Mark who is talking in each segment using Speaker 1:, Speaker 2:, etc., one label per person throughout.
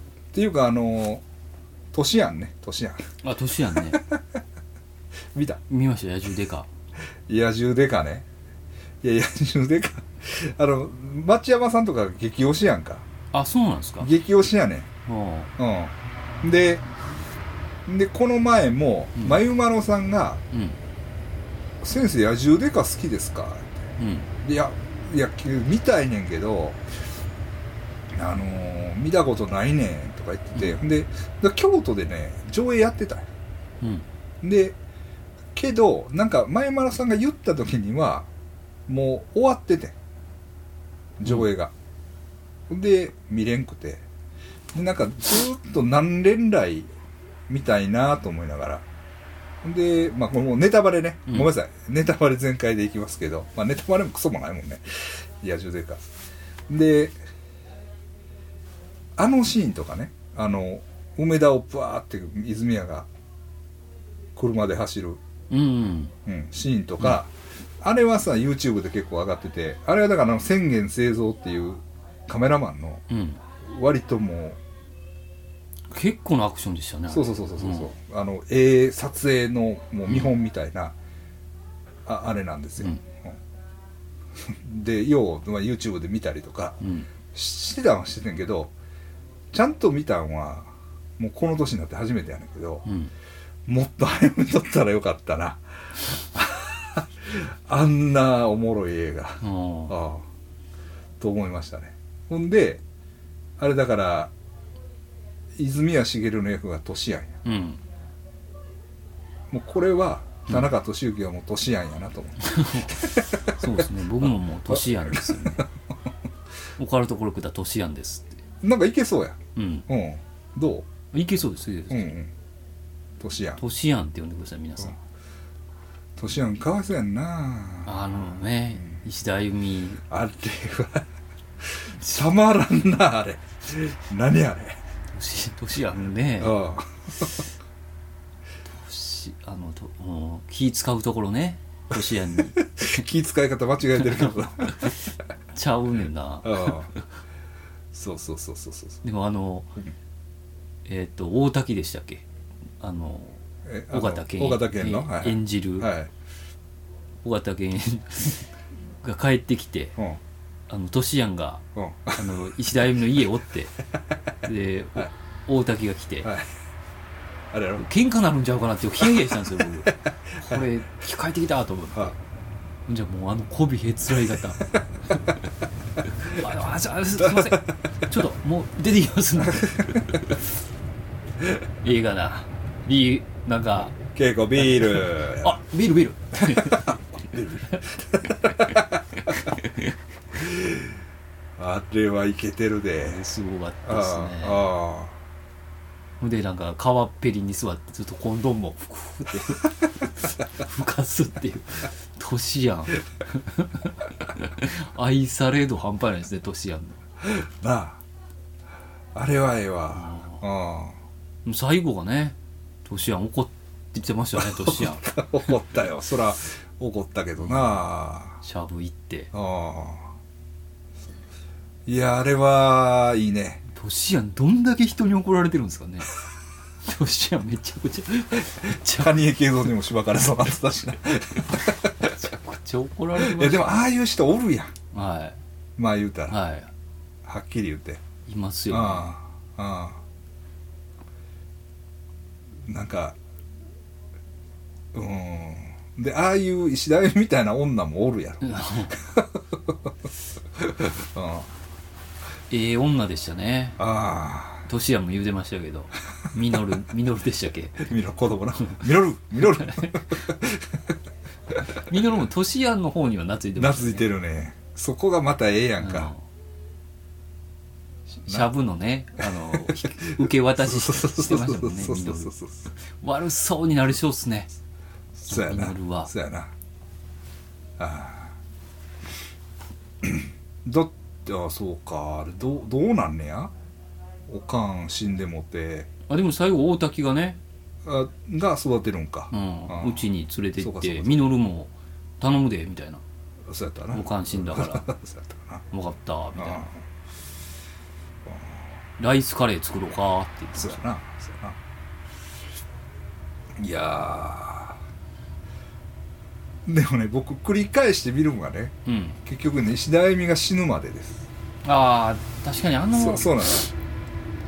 Speaker 1: っていうかあの年やんね年やん
Speaker 2: あ年やんね
Speaker 1: 見た
Speaker 2: 見ました野獣でか
Speaker 1: 野獣でかねいや野獣でかあの町山さんとか激推しやんか
Speaker 2: あそうなんですか
Speaker 1: 激推しやねん
Speaker 2: も
Speaker 1: うんででこの前も、
Speaker 2: うん
Speaker 1: まゆまろさんが
Speaker 2: ううん
Speaker 1: 「先生野獣でか好きですか?」
Speaker 2: うん
Speaker 1: いやいや見たいねんけどあのー見たことないねんとか言ってて、ほんでで京都でね上映やってたんよ
Speaker 2: うん
Speaker 1: でけどなんか前丸さんが言った時にはもう終わっててん上映が、ほん、で見れんくてでなんかずーっと何連来見たいなと思いながらほんで、まあ、これもうネタバレね、
Speaker 2: う
Speaker 1: ご
Speaker 2: ん
Speaker 1: めんなさいネタバレ全開でいきますけど、まあ、ネタバレもクソもないもんね野獣でかであのシーンとかねあの梅田をブワーって泉谷が車で走る、
Speaker 2: うんうん
Speaker 1: うん、シーンとか、あれはさ YouTube で結構上がっててあれはだからあの千元製造っていうカメラマンの
Speaker 2: うん
Speaker 1: 割とも
Speaker 2: 結構なアクションでしたね
Speaker 1: うそうそうそうそうそう、あのええ撮影のもう見本みたいな、ああれなんですよ、
Speaker 2: うん
Speaker 1: うんでよう、まあ、YouTube で見たりとか
Speaker 2: うん
Speaker 1: してたんはしててんけどちゃんと見たんはもうこの年になって初めてやねんけど、
Speaker 2: うん
Speaker 1: もっと早めに撮ったらよかったな あんなおもろい映画あ
Speaker 2: うんあ
Speaker 1: あと思いましたねほんであれだから泉谷茂の役が年やんや
Speaker 2: うん
Speaker 1: もうこれは田中俊之はもう年やんやなと思って、
Speaker 2: そうで すね僕ももう年やんですよねオカルトコルクだ年やんですって
Speaker 1: なんかいけそうや
Speaker 2: うん
Speaker 1: うんど
Speaker 2: いけそうですいいで
Speaker 1: ううんう
Speaker 2: す
Speaker 1: ん年やん
Speaker 2: 年やんって呼んでください皆さん
Speaker 1: 年やんかわせやんな
Speaker 2: あのね石田歩み
Speaker 1: あれ はたまらんなあれ何あれ
Speaker 2: 年年やんね
Speaker 1: ああ
Speaker 2: 年あのともう気使うところね年やんに
Speaker 1: 気使い方間違えてるけどな
Speaker 2: ちゃうねんな
Speaker 1: ああそうそうそうそうそう
Speaker 2: でもあの
Speaker 1: うん
Speaker 2: えっ、と大滝でしたっけあの
Speaker 1: えあの
Speaker 2: 尾形健
Speaker 1: 尾形健の
Speaker 2: え
Speaker 1: はい
Speaker 2: 演じる、
Speaker 1: はい、
Speaker 2: 尾形健 が帰ってきて
Speaker 1: うん
Speaker 2: あのトシヤンが
Speaker 1: うんは
Speaker 2: あの石田歩みの家を追って で、
Speaker 1: はい
Speaker 2: お大滝が来て、
Speaker 1: いあれやろ
Speaker 2: 喧嘩なるんちゃうかなってヒヤヒヤしたんですよ僕これ帰ってきたと思って、
Speaker 1: は
Speaker 2: じゃあもうあの媚びへつらい方ああすすいませんちょっともう出てきますんでいいかなビーなんか
Speaker 1: 稽古ビー ル
Speaker 2: あビールビール
Speaker 1: あれはいけてるです
Speaker 2: ごかったです
Speaker 1: ああ
Speaker 2: ね
Speaker 1: あ
Speaker 2: ほんでなんか川っぺりに座ってずっとコンドームをふくふってふかすっていう年やん愛され度半端ないですね年やんの
Speaker 1: あなああれはええわ
Speaker 2: もう最後がね年やん怒ってきてましたね年や ん
Speaker 1: うん 怒ったよそら怒ったけどな
Speaker 2: しゃぶいって
Speaker 1: ああいやあれはいいね
Speaker 2: トシヤンどんだけ人に怒られてるんですかねトシヤンめちゃくちゃめちゃ
Speaker 1: カニエ慶三にもしばかれそうなってた しない
Speaker 2: くちゃくちゃ怒られてま
Speaker 1: や
Speaker 2: し
Speaker 1: でもああいう人おるやん
Speaker 2: たは
Speaker 1: まあ言うた
Speaker 2: い
Speaker 1: ら、は
Speaker 2: は
Speaker 1: っきり言って
Speaker 2: いいますよ、
Speaker 1: ああああなんかうんでああいう石田みたいな女もおるやろ、うん、あ
Speaker 2: ええ女でしたね
Speaker 1: あ
Speaker 2: トシヤンも言うてましたけどミノルミノルでしたっけ
Speaker 1: 見ろ子供な見ろる見ろる
Speaker 2: ミノルもトシヤンの方には懐いてました、
Speaker 1: 懐
Speaker 2: ね、
Speaker 1: いてるねそこがまたええやん
Speaker 2: あ
Speaker 1: か
Speaker 2: のしゃぶのねあのひ受け渡しししてましたもんね
Speaker 1: そう
Speaker 2: ミ
Speaker 1: そうそう
Speaker 2: ノル
Speaker 1: そうそう
Speaker 2: 悪そうになりそうっすね
Speaker 1: そうや
Speaker 2: ミノル
Speaker 1: な
Speaker 2: は
Speaker 1: そうやなあ ーだってあそうかあれどうどうなんねやおかん死んでもて
Speaker 2: あでも最後大滝がね
Speaker 1: あが育てるんか、
Speaker 2: うん
Speaker 1: うん
Speaker 2: うちに連れて
Speaker 1: そう
Speaker 2: 行っ
Speaker 1: かそう
Speaker 2: て
Speaker 1: か
Speaker 2: 「ミノルも頼むで」みたいな
Speaker 1: そうやった
Speaker 2: 「
Speaker 1: な
Speaker 2: もう関心だから
Speaker 1: そうやったか
Speaker 2: 分かった」み
Speaker 1: な
Speaker 2: たいな
Speaker 1: あ
Speaker 2: ライスカレー作ろうかって言って
Speaker 1: そうやなそうやないやーでもね僕繰り返して見るのがね
Speaker 2: うん
Speaker 1: 結局ね石田あゆみが死ぬまでです
Speaker 2: ああ確かにあの
Speaker 1: そうそうなんです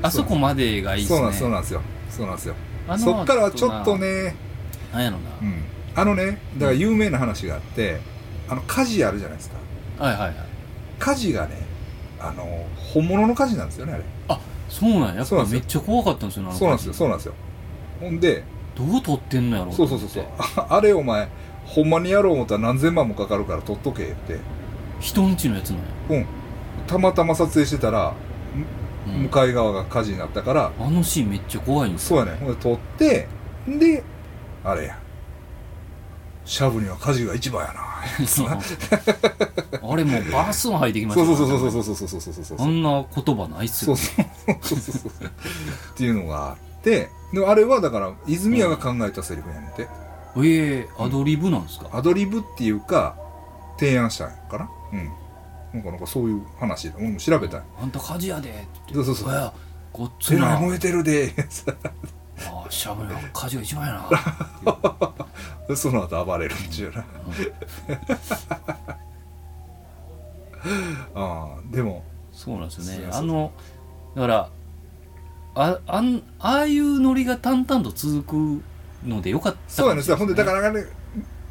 Speaker 2: あそこまでがいいです
Speaker 1: そう
Speaker 2: ね
Speaker 1: なんですそうなんですよそうなんですよ
Speaker 2: あの
Speaker 1: そっからはちょっとね
Speaker 2: なんやろな、
Speaker 1: うんあのねだから有名な話があってあの火事あるじゃないですか
Speaker 2: はいはいはい
Speaker 1: 火事がねあの本物の火事なんですよねあれ
Speaker 2: そうなんややっ
Speaker 1: そうな
Speaker 2: ぱ
Speaker 1: んです
Speaker 2: め
Speaker 1: よ
Speaker 2: っちゃ怖かったんですよ
Speaker 1: そうなんですよそう
Speaker 2: う
Speaker 1: なんですよほんで
Speaker 2: どう撮ってんのやろ
Speaker 1: そうそうそうそうああれお前ほんまにやろう思ったら何千万もかかるから取っとけって
Speaker 2: 人んちのやつなんや、
Speaker 1: うんたまたま撮影してたら
Speaker 2: うん
Speaker 1: 向かい側が火事になったから、
Speaker 2: あのシーンめっちゃ怖いんです
Speaker 1: そうやねほんで撮ってんであれやシャブには火事が一番やな
Speaker 2: よ あれもうバース音入ってきまし
Speaker 1: そ
Speaker 2: た
Speaker 1: う
Speaker 2: ね
Speaker 1: そうそうそうそうそうそうそうそうそう
Speaker 2: あんな言葉ないっす
Speaker 1: そう
Speaker 2: よ
Speaker 1: そうそうそうそうっていうのがあってでもあれはだから泉谷が考えたセリフやねんて、
Speaker 2: ええアドリブなんですか
Speaker 1: アドリブっていうか提案したんやんかなうんなんかなんかそういう話で俺も調べたんや
Speaker 2: あんた火事やでって言
Speaker 1: そう
Speaker 2: って
Speaker 1: そうそう
Speaker 2: いやごっつ
Speaker 1: え
Speaker 2: いな
Speaker 1: ら
Speaker 2: あ
Speaker 1: い燃えてるで
Speaker 2: ーしゃべるな火事が一番やな
Speaker 1: その後暴れるんちゅうな
Speaker 2: うん
Speaker 1: あーでも
Speaker 2: そうなんです
Speaker 1: そう
Speaker 2: よ
Speaker 1: そ
Speaker 2: ね
Speaker 1: うそう
Speaker 2: あのだからああんああいうノリが淡々と続くのでよかった
Speaker 1: そうやねそうほんでだかららね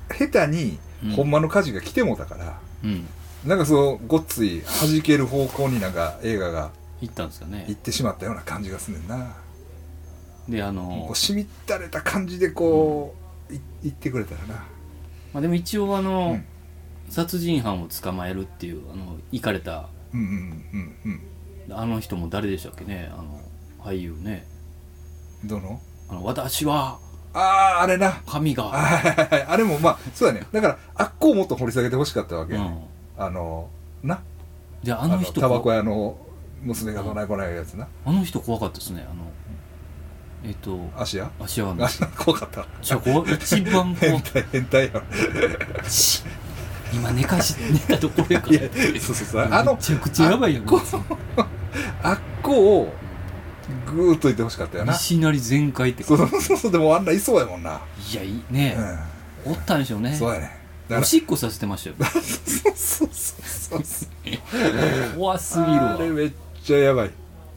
Speaker 1: 下手に
Speaker 2: うん
Speaker 1: ほんまの火事が来てもだから、
Speaker 2: うん
Speaker 1: なんかそうごっつい弾ける方向になんか映画が
Speaker 2: 行ったんですかね
Speaker 1: 行ってしまったような感じがすんねんな
Speaker 2: で
Speaker 1: も
Speaker 2: あ
Speaker 1: う
Speaker 2: の
Speaker 1: こうしみったれた感じでこう、い言ってくれたらな
Speaker 2: まあ、でも一応あの、
Speaker 1: うん
Speaker 2: 殺人犯を捕まえるっていうあの行かれた
Speaker 1: うんうんうん
Speaker 2: あの人も誰でしたっけねあの俳優ね
Speaker 1: うんどの
Speaker 2: あの私は
Speaker 1: あああれな
Speaker 2: 神が
Speaker 1: あはいはいはい あれもまあそうだねだからあっこをもっと掘り下げてほしかったわけ、
Speaker 2: うん、
Speaker 1: あのな
Speaker 2: であ
Speaker 1: あ
Speaker 2: の
Speaker 1: の
Speaker 2: 人
Speaker 1: タバコ屋の娘がどないこないやつな
Speaker 2: あの人怖かったですねあのえっと
Speaker 1: 足や
Speaker 2: 芦屋の
Speaker 1: あ 怖かった
Speaker 2: じゃあ怖い一番怖
Speaker 1: 変
Speaker 2: い
Speaker 1: 態変態や
Speaker 2: し今寝かし寝たところやか
Speaker 1: い
Speaker 2: ら
Speaker 1: やそうそうそうあ
Speaker 2: あの
Speaker 1: の
Speaker 2: めちゃくちゃやばいやん
Speaker 1: あっこあっこをグーッといてほしかったよない
Speaker 2: きなり全開って
Speaker 1: そ
Speaker 2: いう
Speaker 1: そうそうでもあんないそうやもんな、
Speaker 2: やいいね
Speaker 1: う、、
Speaker 2: おったんでしょうんね
Speaker 1: そうやねだか
Speaker 2: お
Speaker 1: ら
Speaker 2: しっこさせてましたよ
Speaker 1: そうそうそうそう
Speaker 2: 怖すぎるわ
Speaker 1: あれめっちゃやばい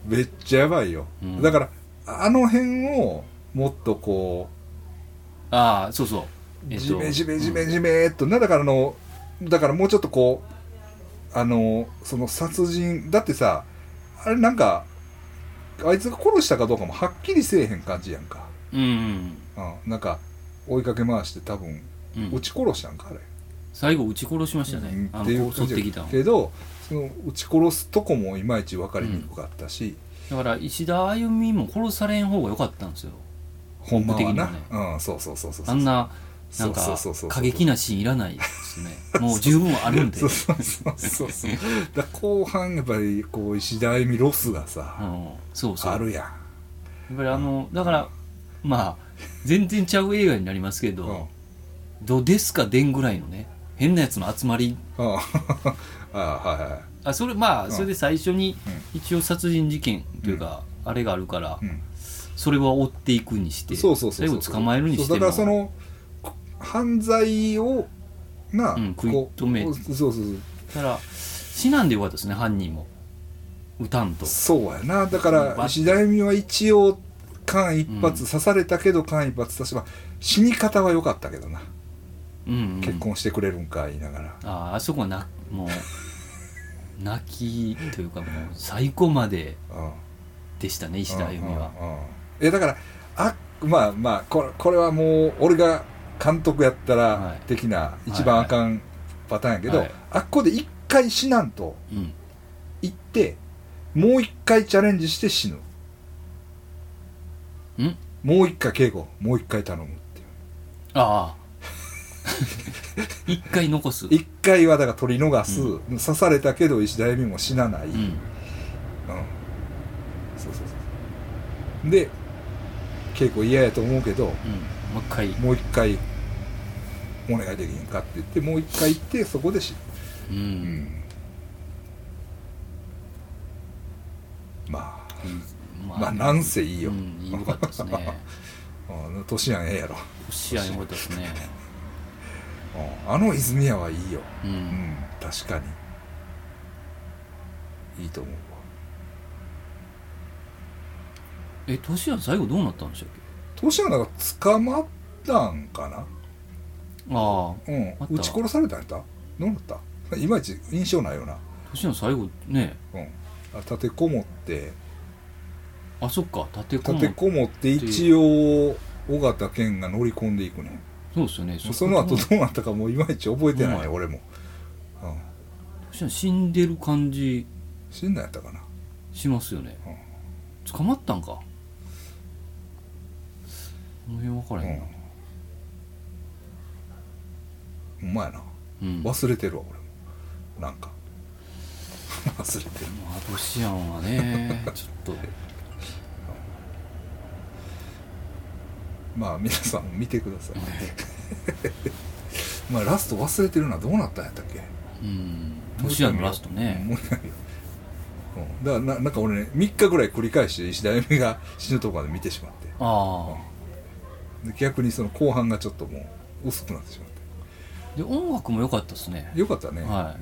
Speaker 1: めっちゃやばいよ、
Speaker 2: うん
Speaker 1: だからあの辺をもっとこ
Speaker 2: ああそうそう
Speaker 1: うジメジメジメ
Speaker 2: うん
Speaker 1: ジメっとなだからあのだからもうちょっとこうあのその殺人だってさあれなんかあいつが殺したかどうかもはっきりせえへん感じやんか、
Speaker 2: うん
Speaker 1: うん、なんか追いかけ回して多分
Speaker 2: うんうん
Speaker 1: 撃ち殺したんかあれ、
Speaker 2: 最後撃ち殺しましたね、あ
Speaker 1: っていう
Speaker 2: の襲
Speaker 1: 感
Speaker 2: っ
Speaker 1: じ
Speaker 2: てきたの
Speaker 1: けどその撃ち殺すとこもいまいち分かりにくかったし、
Speaker 2: だから石田あゆみも殺されん方が良かったんですよ
Speaker 1: ほんまはな、
Speaker 2: 目的に
Speaker 1: うんそうそうそうそうそ
Speaker 2: あ
Speaker 1: うん
Speaker 2: なな
Speaker 1: そ
Speaker 2: ん
Speaker 1: うそう
Speaker 2: か
Speaker 1: そうそう
Speaker 2: 過激なシーンいらないで すねもう十分あるんで
Speaker 1: そうそうそうそうそうだから後半やっぱりこう石田あゆみロスが
Speaker 2: う
Speaker 1: さ、
Speaker 2: んそうそう
Speaker 1: あ
Speaker 2: やっ
Speaker 1: るやん
Speaker 2: ぱりあのだからまあ全然ちゃう映画になりますけ
Speaker 1: う
Speaker 2: ど、
Speaker 1: ん、
Speaker 2: どうですかでんぐらいのね変なやつの集まり
Speaker 1: うんあはいはい
Speaker 2: あそれまあ
Speaker 1: ん
Speaker 2: それで最初に一応殺人事件というか、あれがあるから、
Speaker 1: うん
Speaker 2: それは追っていくにして
Speaker 1: そうそうそうそう
Speaker 2: 最後捕まえるにしても
Speaker 1: そうだからそのこ犯罪をな、
Speaker 2: うん
Speaker 1: こ
Speaker 2: 食い止め
Speaker 1: こうそうそうそう
Speaker 2: だから死なんでよかったですね犯人も撃たんと
Speaker 1: そうやなだか
Speaker 2: うん
Speaker 1: ら石田由美は一応間一髪刺されたけど間一髪刺し、まあ死に方は良かったけどな、
Speaker 2: うんうん
Speaker 1: 結婚してくれるんか言いながら
Speaker 2: あーあそこはなも う泣きというかもう最後まで
Speaker 1: うん
Speaker 2: でしたね石田あゆみは、
Speaker 1: うんうんうんえだからあまあまあこれこれはもう俺が監督やった
Speaker 2: は
Speaker 1: ら
Speaker 2: い
Speaker 1: 的な
Speaker 2: はい
Speaker 1: 一番あかんパターンやけど、
Speaker 2: はい
Speaker 1: あっこで一回死なんと
Speaker 2: うん
Speaker 1: 行ってもう一回チャレンジして死ぬ
Speaker 2: ん
Speaker 1: もう一回稽古もう一回頼むっていう
Speaker 2: ああ 一回残す
Speaker 1: 一回はだから取り逃す、
Speaker 2: う
Speaker 1: 刺されたけど石田恵美も死なない、
Speaker 2: う
Speaker 1: うん
Speaker 2: ん
Speaker 1: そうそうそうそうで稽古嫌やと思うけど
Speaker 2: うんもう一回
Speaker 1: もう一回お願いできへんかって言ってもう一回行ってそこで死
Speaker 2: う
Speaker 1: ぬ、うんん、まあ
Speaker 2: うん
Speaker 1: まあなんせいいよ、
Speaker 2: うん、よかったです ね
Speaker 1: うん年やんええやろ、
Speaker 2: 試合も良かったですね
Speaker 1: うんあの泉谷はいいよ
Speaker 2: う
Speaker 1: うんん確かにいいと思うわ
Speaker 2: え年は最後どうなったんでしたっけ
Speaker 1: 年やんなんか捕まったんかな
Speaker 2: ああ
Speaker 1: うん
Speaker 2: また
Speaker 1: 撃ち殺されたんやったどうなったいまいち印象ないよな
Speaker 2: 年の最後ね
Speaker 1: うんあ立てこもって
Speaker 2: あそっか立てこも
Speaker 1: 立てこもって一応尾形健が乗り込んでいくね
Speaker 2: そうですよね
Speaker 1: その後
Speaker 2: 年
Speaker 1: どうなったかもういまいち覚えてないね
Speaker 2: うん
Speaker 1: 俺も、うん、
Speaker 2: の死んでる感じ
Speaker 1: 死んだんやったかな
Speaker 2: しますよね、捕まったんかこの辺分からへんな
Speaker 1: うん、ほんまやな
Speaker 2: うん、ま
Speaker 1: 忘れてるわ俺もなんか 忘れてる
Speaker 2: あロシアンは ねちょっ
Speaker 1: まあ皆さんも見てくださいまあラスト忘れてるのはどうなったんやったっけ
Speaker 2: とうんロシアンのラストね
Speaker 1: もう一回見よううん、だからななんか俺ね3日ぐらい繰り返して石田あゆみが死ぬとこまで見てしまって
Speaker 2: あ
Speaker 1: で逆にその後半がちょっともう薄くなってしまっ
Speaker 2: あで音楽も良かったですね
Speaker 1: てよかったね、
Speaker 2: はい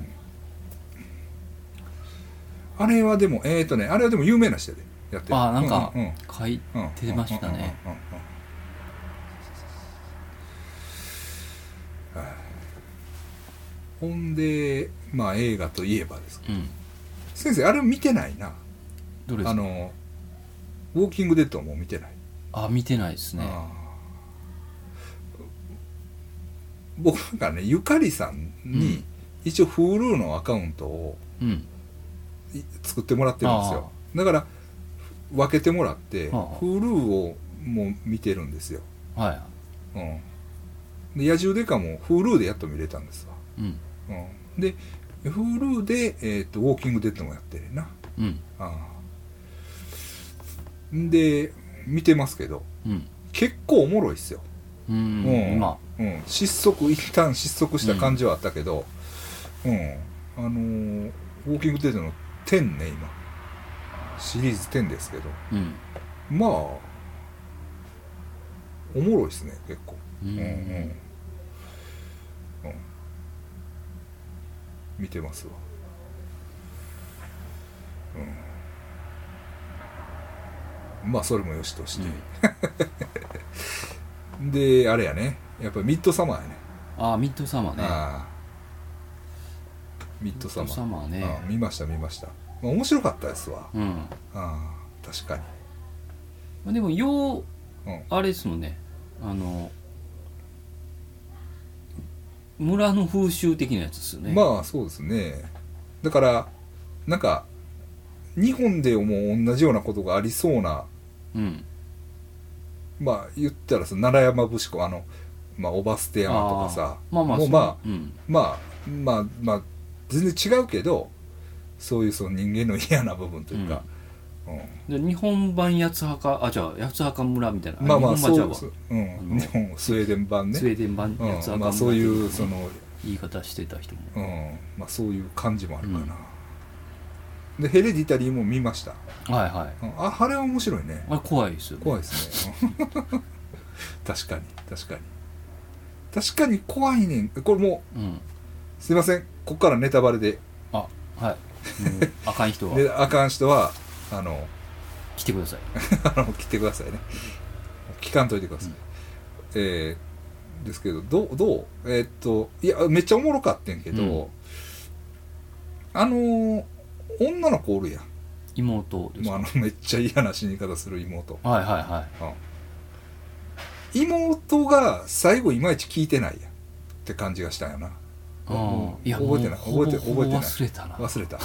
Speaker 1: あれはでもえっ、ー、とねあれはでも有名な人やでやってる
Speaker 2: ああなんか
Speaker 1: ううん
Speaker 2: 書い
Speaker 1: うん
Speaker 2: てましたね
Speaker 1: うんうんうんうんうんほんでまあ映画といえばです
Speaker 2: うん、
Speaker 1: 先生あれ見てないな
Speaker 2: どれで
Speaker 1: あ
Speaker 2: すか
Speaker 1: の「ウォーキングデッド」はもう見てない
Speaker 2: あ見てないですね
Speaker 1: あー僕なんかねゆかりさん
Speaker 2: う
Speaker 1: に
Speaker 2: ん
Speaker 1: 一応 Hulu のアカウントを
Speaker 2: うん
Speaker 1: い作ってもらってるんですよだから分けてもらって
Speaker 2: はあはあ
Speaker 1: Hulu をもう見てるんですよ、
Speaker 2: は
Speaker 1: うん、で野獣デカも Hulu でやっと見れたんですわ、
Speaker 2: いうん
Speaker 1: うん、で Hulu で、えーと「ウォーキングデッド」もやってるな
Speaker 2: うん
Speaker 1: あーんで見てますけど
Speaker 2: うん
Speaker 1: 結構おもろいっすよ
Speaker 2: うん、
Speaker 1: うん
Speaker 2: ま
Speaker 1: うん、失速一旦失速した感じはあったけど、うんあのーウォーキングデッドの10ね今シリーズ10ですけど
Speaker 2: あうん
Speaker 1: まあおもろいですね結構
Speaker 2: うん、
Speaker 1: うんうん、うん、見てますわうんまあそれもよしとして、であれやねやっぱミッドサマーやね
Speaker 2: ああミッドサマーね
Speaker 1: ああミッドサマ
Speaker 2: ミッドサ
Speaker 1: ー
Speaker 2: マーね
Speaker 1: ああ見ました見ました、まあ、面白かったですわ
Speaker 2: うん
Speaker 1: ああ確かに
Speaker 2: まあでもよう
Speaker 1: うん
Speaker 2: あれですもんねあの村の風習的なやつですよね
Speaker 1: まあそうですねだからなんか日本でも同じようなことがありそうな
Speaker 2: うん
Speaker 1: まあ言ったらさ奈良山節子あの、まあ、オバステ山とかさ
Speaker 2: まあまあ
Speaker 1: もう
Speaker 2: そ
Speaker 1: ま
Speaker 2: うん
Speaker 1: あまあまあまあ全然違うけどそういうその人間の嫌な部分というか、うん
Speaker 2: で日本版八つ墓あじゃあ八つ墓村みたいな
Speaker 1: まあまあ
Speaker 2: 日本
Speaker 1: そう
Speaker 2: 版
Speaker 1: で
Speaker 2: じ
Speaker 1: す
Speaker 2: ゃ、
Speaker 1: うん、日本スウェーデン版
Speaker 2: あ
Speaker 1: ね
Speaker 2: スウェーデン版八つ
Speaker 1: うん、
Speaker 2: 墓村
Speaker 1: まあ
Speaker 2: って
Speaker 1: そういうその、
Speaker 2: 言い方してた人も
Speaker 1: うん、まあそういう感じもあるかな、でヘレディタリーも見ました、
Speaker 2: はいはい
Speaker 1: うんああれは面白いね
Speaker 2: あれ怖いですよね
Speaker 1: 怖いですね確かに確かに確かに怖いねんこれも
Speaker 2: うん
Speaker 1: うすいませんここからネタバレで
Speaker 2: あ はいもうあかん人は
Speaker 1: であかん人はあの
Speaker 2: 来てください
Speaker 1: あの切ってくださいね聞かんといてください、
Speaker 2: うん
Speaker 1: えーですけどどうどうえーっといやめっちゃおもろかってんけど、
Speaker 2: うん
Speaker 1: あのー女の子おるやん
Speaker 2: 妹です
Speaker 1: もうあ
Speaker 2: か
Speaker 1: の めっちゃ嫌な死に方する妹
Speaker 2: はいはいはい
Speaker 1: 妹が最後いまいち聞いてないやんって感じがしたんやな
Speaker 2: あ
Speaker 1: も
Speaker 2: あ
Speaker 1: う
Speaker 2: いや
Speaker 1: 覚えてない
Speaker 2: もうほぼ
Speaker 1: 覚えて
Speaker 2: ほぼ
Speaker 1: 覚えてない
Speaker 2: 忘れたな
Speaker 1: 忘れた、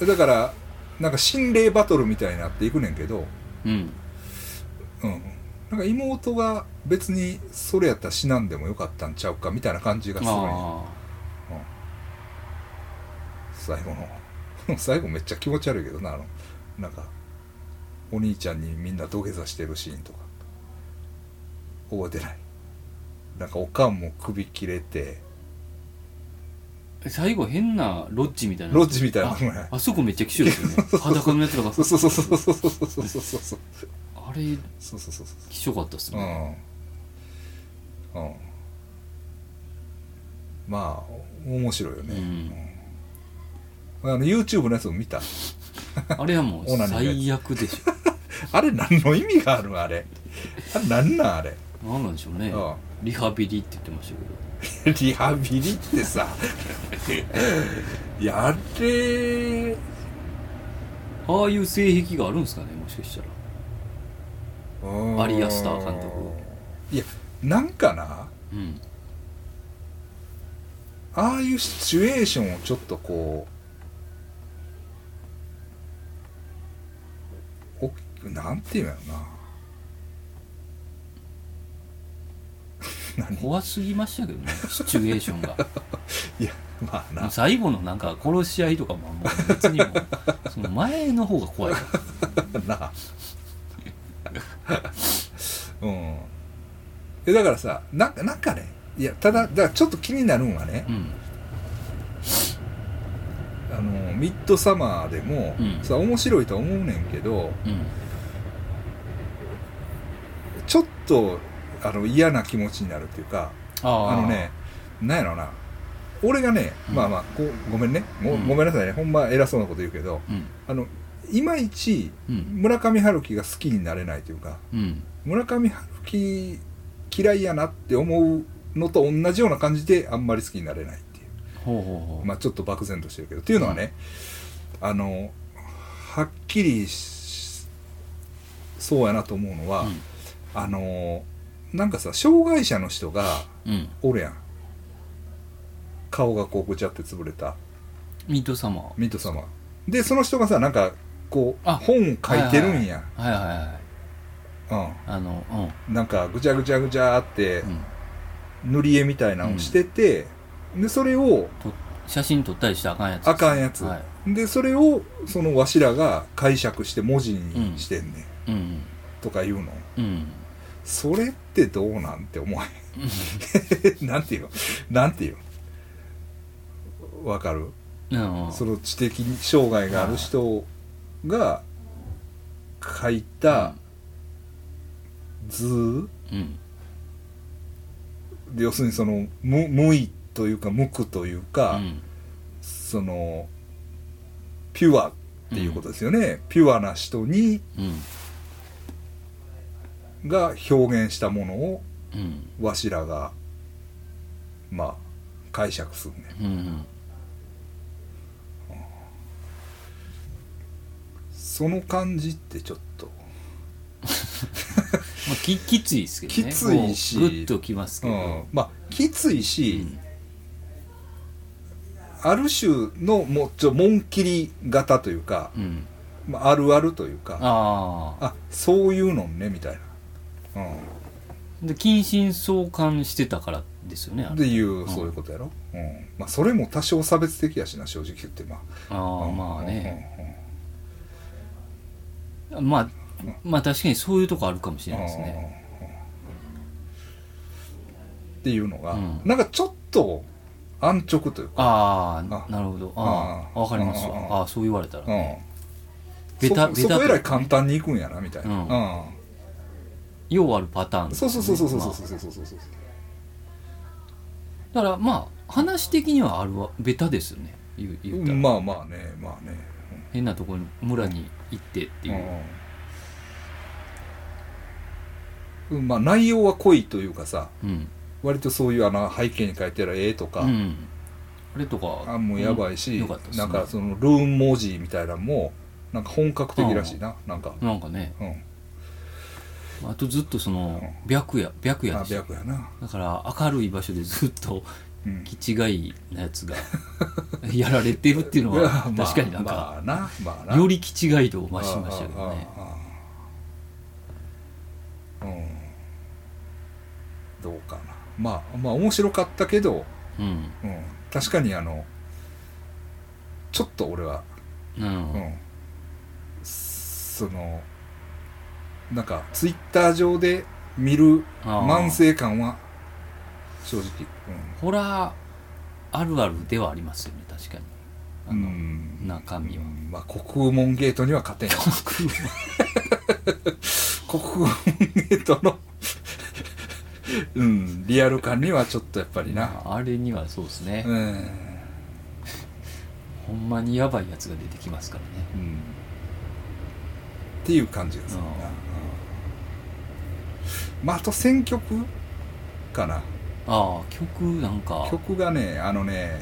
Speaker 1: うん、だからなんか心霊バトルみたいになっていくねんけど、
Speaker 2: うん
Speaker 1: うん、なんか妹が別にそれやったら死なんでもよかったんちゃうかみたいな感じがするんや
Speaker 2: あ
Speaker 1: 最後の最後めっちゃ気持ち悪いけどなあのなんかお兄ちゃんにみんな土下座してるシーンとか覚えてないなんかおかんも首切れて
Speaker 2: 最後変なロッジみたいな
Speaker 1: ロッジみたいな
Speaker 2: あ
Speaker 1: のが
Speaker 2: あそこめっちゃ貴重ですよね 裸のやつらが
Speaker 1: そうそうそうそうそうそうそうそうそうそう
Speaker 2: あれ
Speaker 1: そうそうそう
Speaker 2: 貴重かったっす
Speaker 1: う
Speaker 2: ね、
Speaker 1: んうんまあ面白いよ
Speaker 2: う
Speaker 1: ね、
Speaker 2: ん、
Speaker 1: あの YouTube のやつも見た
Speaker 2: あれはもう
Speaker 1: オナニーのやつ
Speaker 2: 最悪でし
Speaker 1: あれ何の意味があるのあれあれ何なんあれ、
Speaker 2: ょ何なんでしょうね
Speaker 1: う
Speaker 2: リハビリって言ってましたけど
Speaker 1: ん、リハビリってさいやあれ
Speaker 2: ああいう性癖があるんですかねもしかしたら
Speaker 1: ア
Speaker 2: リアスター監督
Speaker 1: いやなんかな
Speaker 2: うん
Speaker 1: ああいうシチュエーションをちょっとこうおっなんていうんやろな何
Speaker 2: 怖すぎましたけどねシチュエーショ ンが
Speaker 1: いやまあ
Speaker 2: もう
Speaker 1: な
Speaker 2: 最後のなんか殺し合いとかももう別にもうその前の方が怖いか
Speaker 1: な うんえだからさなんかなんかねいやただだからちょっと気になるんはね
Speaker 2: らうん
Speaker 1: あのミッドサマーでも、
Speaker 2: うん
Speaker 1: さ面白いとは思うねんけど
Speaker 2: うん
Speaker 1: ちょっとあの嫌な気持ちになるっていうか
Speaker 2: ああ
Speaker 1: あのねなんやろな俺がね、
Speaker 2: うん
Speaker 1: まあまあごごめんねご
Speaker 2: うん
Speaker 1: ごめんなさいねほんま偉そうなこと言うけど
Speaker 2: うん
Speaker 1: あのいまいち
Speaker 2: うん
Speaker 1: 村上春樹が好きになれないというか
Speaker 2: うん
Speaker 1: 村上春樹嫌いやなって思うのと同じような感じであんまり好きになれないっていう
Speaker 2: ほうほうほう、
Speaker 1: まあちょっと漠然としてるけどっていうのはね、あのはっきりしそうやなと思うのは、あのなんかさ障害者の人が
Speaker 2: うんうん
Speaker 1: おるやん顔がこうぐちゃって潰れた
Speaker 2: ミート様は
Speaker 1: ミント様でその人がさなんかこう
Speaker 2: あ
Speaker 1: 本を書いてるんや、
Speaker 2: いはいはいあの
Speaker 1: うん、なんかぐちゃぐちゃぐちゃって
Speaker 2: うん、うん、
Speaker 1: 塗り絵みたいなのをしてて、でそれを
Speaker 2: 写真撮ったりしたらあかんやつです
Speaker 1: あかんやつ、
Speaker 2: はい
Speaker 1: でそれをそのわしらが解釈して文字にしてんね、ん
Speaker 2: うん
Speaker 1: とか言うの
Speaker 2: うんうん
Speaker 1: それってどうなんて思わへん なんていうのなんていうのわかる
Speaker 2: うん
Speaker 1: その知的障害がある人が書いた図
Speaker 2: うん
Speaker 1: で要するにその無無意というか無垢というか、
Speaker 2: うん
Speaker 1: そのピュアっていうことですよね、ピュアな人に
Speaker 2: うん
Speaker 1: が表現したものを
Speaker 2: うん
Speaker 1: わしらがまあ解釈するね
Speaker 2: うん
Speaker 1: その感じってちょっと
Speaker 2: まあ、ききついですけど
Speaker 1: き
Speaker 2: ね
Speaker 1: ついし
Speaker 2: もうグッときますけ
Speaker 1: う
Speaker 2: ど、
Speaker 1: ん、まあきついし、
Speaker 2: うん
Speaker 1: ある種のもうちょ紋切り型というか、
Speaker 2: うん
Speaker 1: まあ、あるあるというか
Speaker 2: あ
Speaker 1: あ
Speaker 2: あ
Speaker 1: そういうのねみたいな、う
Speaker 2: で近親相関してたからですよねあ
Speaker 1: ん、っ
Speaker 2: れ
Speaker 1: ていう、
Speaker 2: ん
Speaker 1: そういうことやろ、うんまあ、それも多少差別的やしな正直言ってま
Speaker 2: あ
Speaker 1: あ
Speaker 2: ー
Speaker 1: うん
Speaker 2: まあね、まあまあ確かにそういうとこあるかもし
Speaker 1: うん
Speaker 2: れ
Speaker 1: うん
Speaker 2: な
Speaker 1: う
Speaker 2: い
Speaker 1: ん
Speaker 2: ですね
Speaker 1: っていうのが、
Speaker 2: うん
Speaker 1: なんかちょっと安直というか、
Speaker 2: ああ
Speaker 1: あ
Speaker 2: なるほどあ
Speaker 1: あ
Speaker 2: あわかります
Speaker 1: あ
Speaker 2: わああそう言われたら、
Speaker 1: うん、
Speaker 2: ベタ
Speaker 1: そ
Speaker 2: ベ
Speaker 1: そ
Speaker 2: タ
Speaker 1: こえらい簡単にいくんやなみたいな、
Speaker 2: うん
Speaker 1: うん
Speaker 2: ようあるパターンです
Speaker 1: そ
Speaker 2: ね、
Speaker 1: うそうそうそうそう
Speaker 2: ま
Speaker 1: そ
Speaker 2: あ
Speaker 1: うそうそうそうそう
Speaker 2: だからまあ話的にはあるわベタですよね言う言ったら、
Speaker 1: まあまあねまあね
Speaker 2: 変なところに村に行ってっていう、
Speaker 1: うんうんまあ内容は濃いというかさ
Speaker 2: うん
Speaker 1: 割とそういうあの背景に書いてある絵とか、
Speaker 2: うん、あれとか
Speaker 1: あもうやばいし、
Speaker 2: うんよかったっすね
Speaker 1: なんかそのルーン文字みたいなのもなんか本格的らしいな、なんか、
Speaker 2: なんかね
Speaker 1: うん、
Speaker 2: あとずっとその白夜白夜
Speaker 1: あ
Speaker 2: でした
Speaker 1: 白やな、
Speaker 2: だから明るい場所でずっと
Speaker 1: うん、
Speaker 2: 気違いなやつが やられてるっていうの
Speaker 1: いや
Speaker 2: は
Speaker 1: まあ
Speaker 2: 確かになんか
Speaker 1: まあなまあな
Speaker 2: より気違い度を増しましたけどね
Speaker 1: ああああうんどうかなまあまあ面白かったけど、
Speaker 2: うん
Speaker 1: うん、確かにあのちょっと俺は、
Speaker 2: う
Speaker 1: うんん、そのなんかツイッター上で見る
Speaker 2: ああ
Speaker 1: 慢性感は正直、
Speaker 2: ホラーあるあるではありますよね確かにあの、
Speaker 1: ん
Speaker 2: 中身は
Speaker 1: うんまあ国門ゲートには 勝てん国門ゲートの うんリアル感にはちょっとやっぱりな
Speaker 2: あれにはそうですね、
Speaker 1: うん、
Speaker 2: ほんまにやばいやつが出てきますからね
Speaker 1: うん、っていう感じがするな、
Speaker 2: ああ
Speaker 1: うんまああと選曲かな
Speaker 2: ああ曲なんか
Speaker 1: 曲がねあのね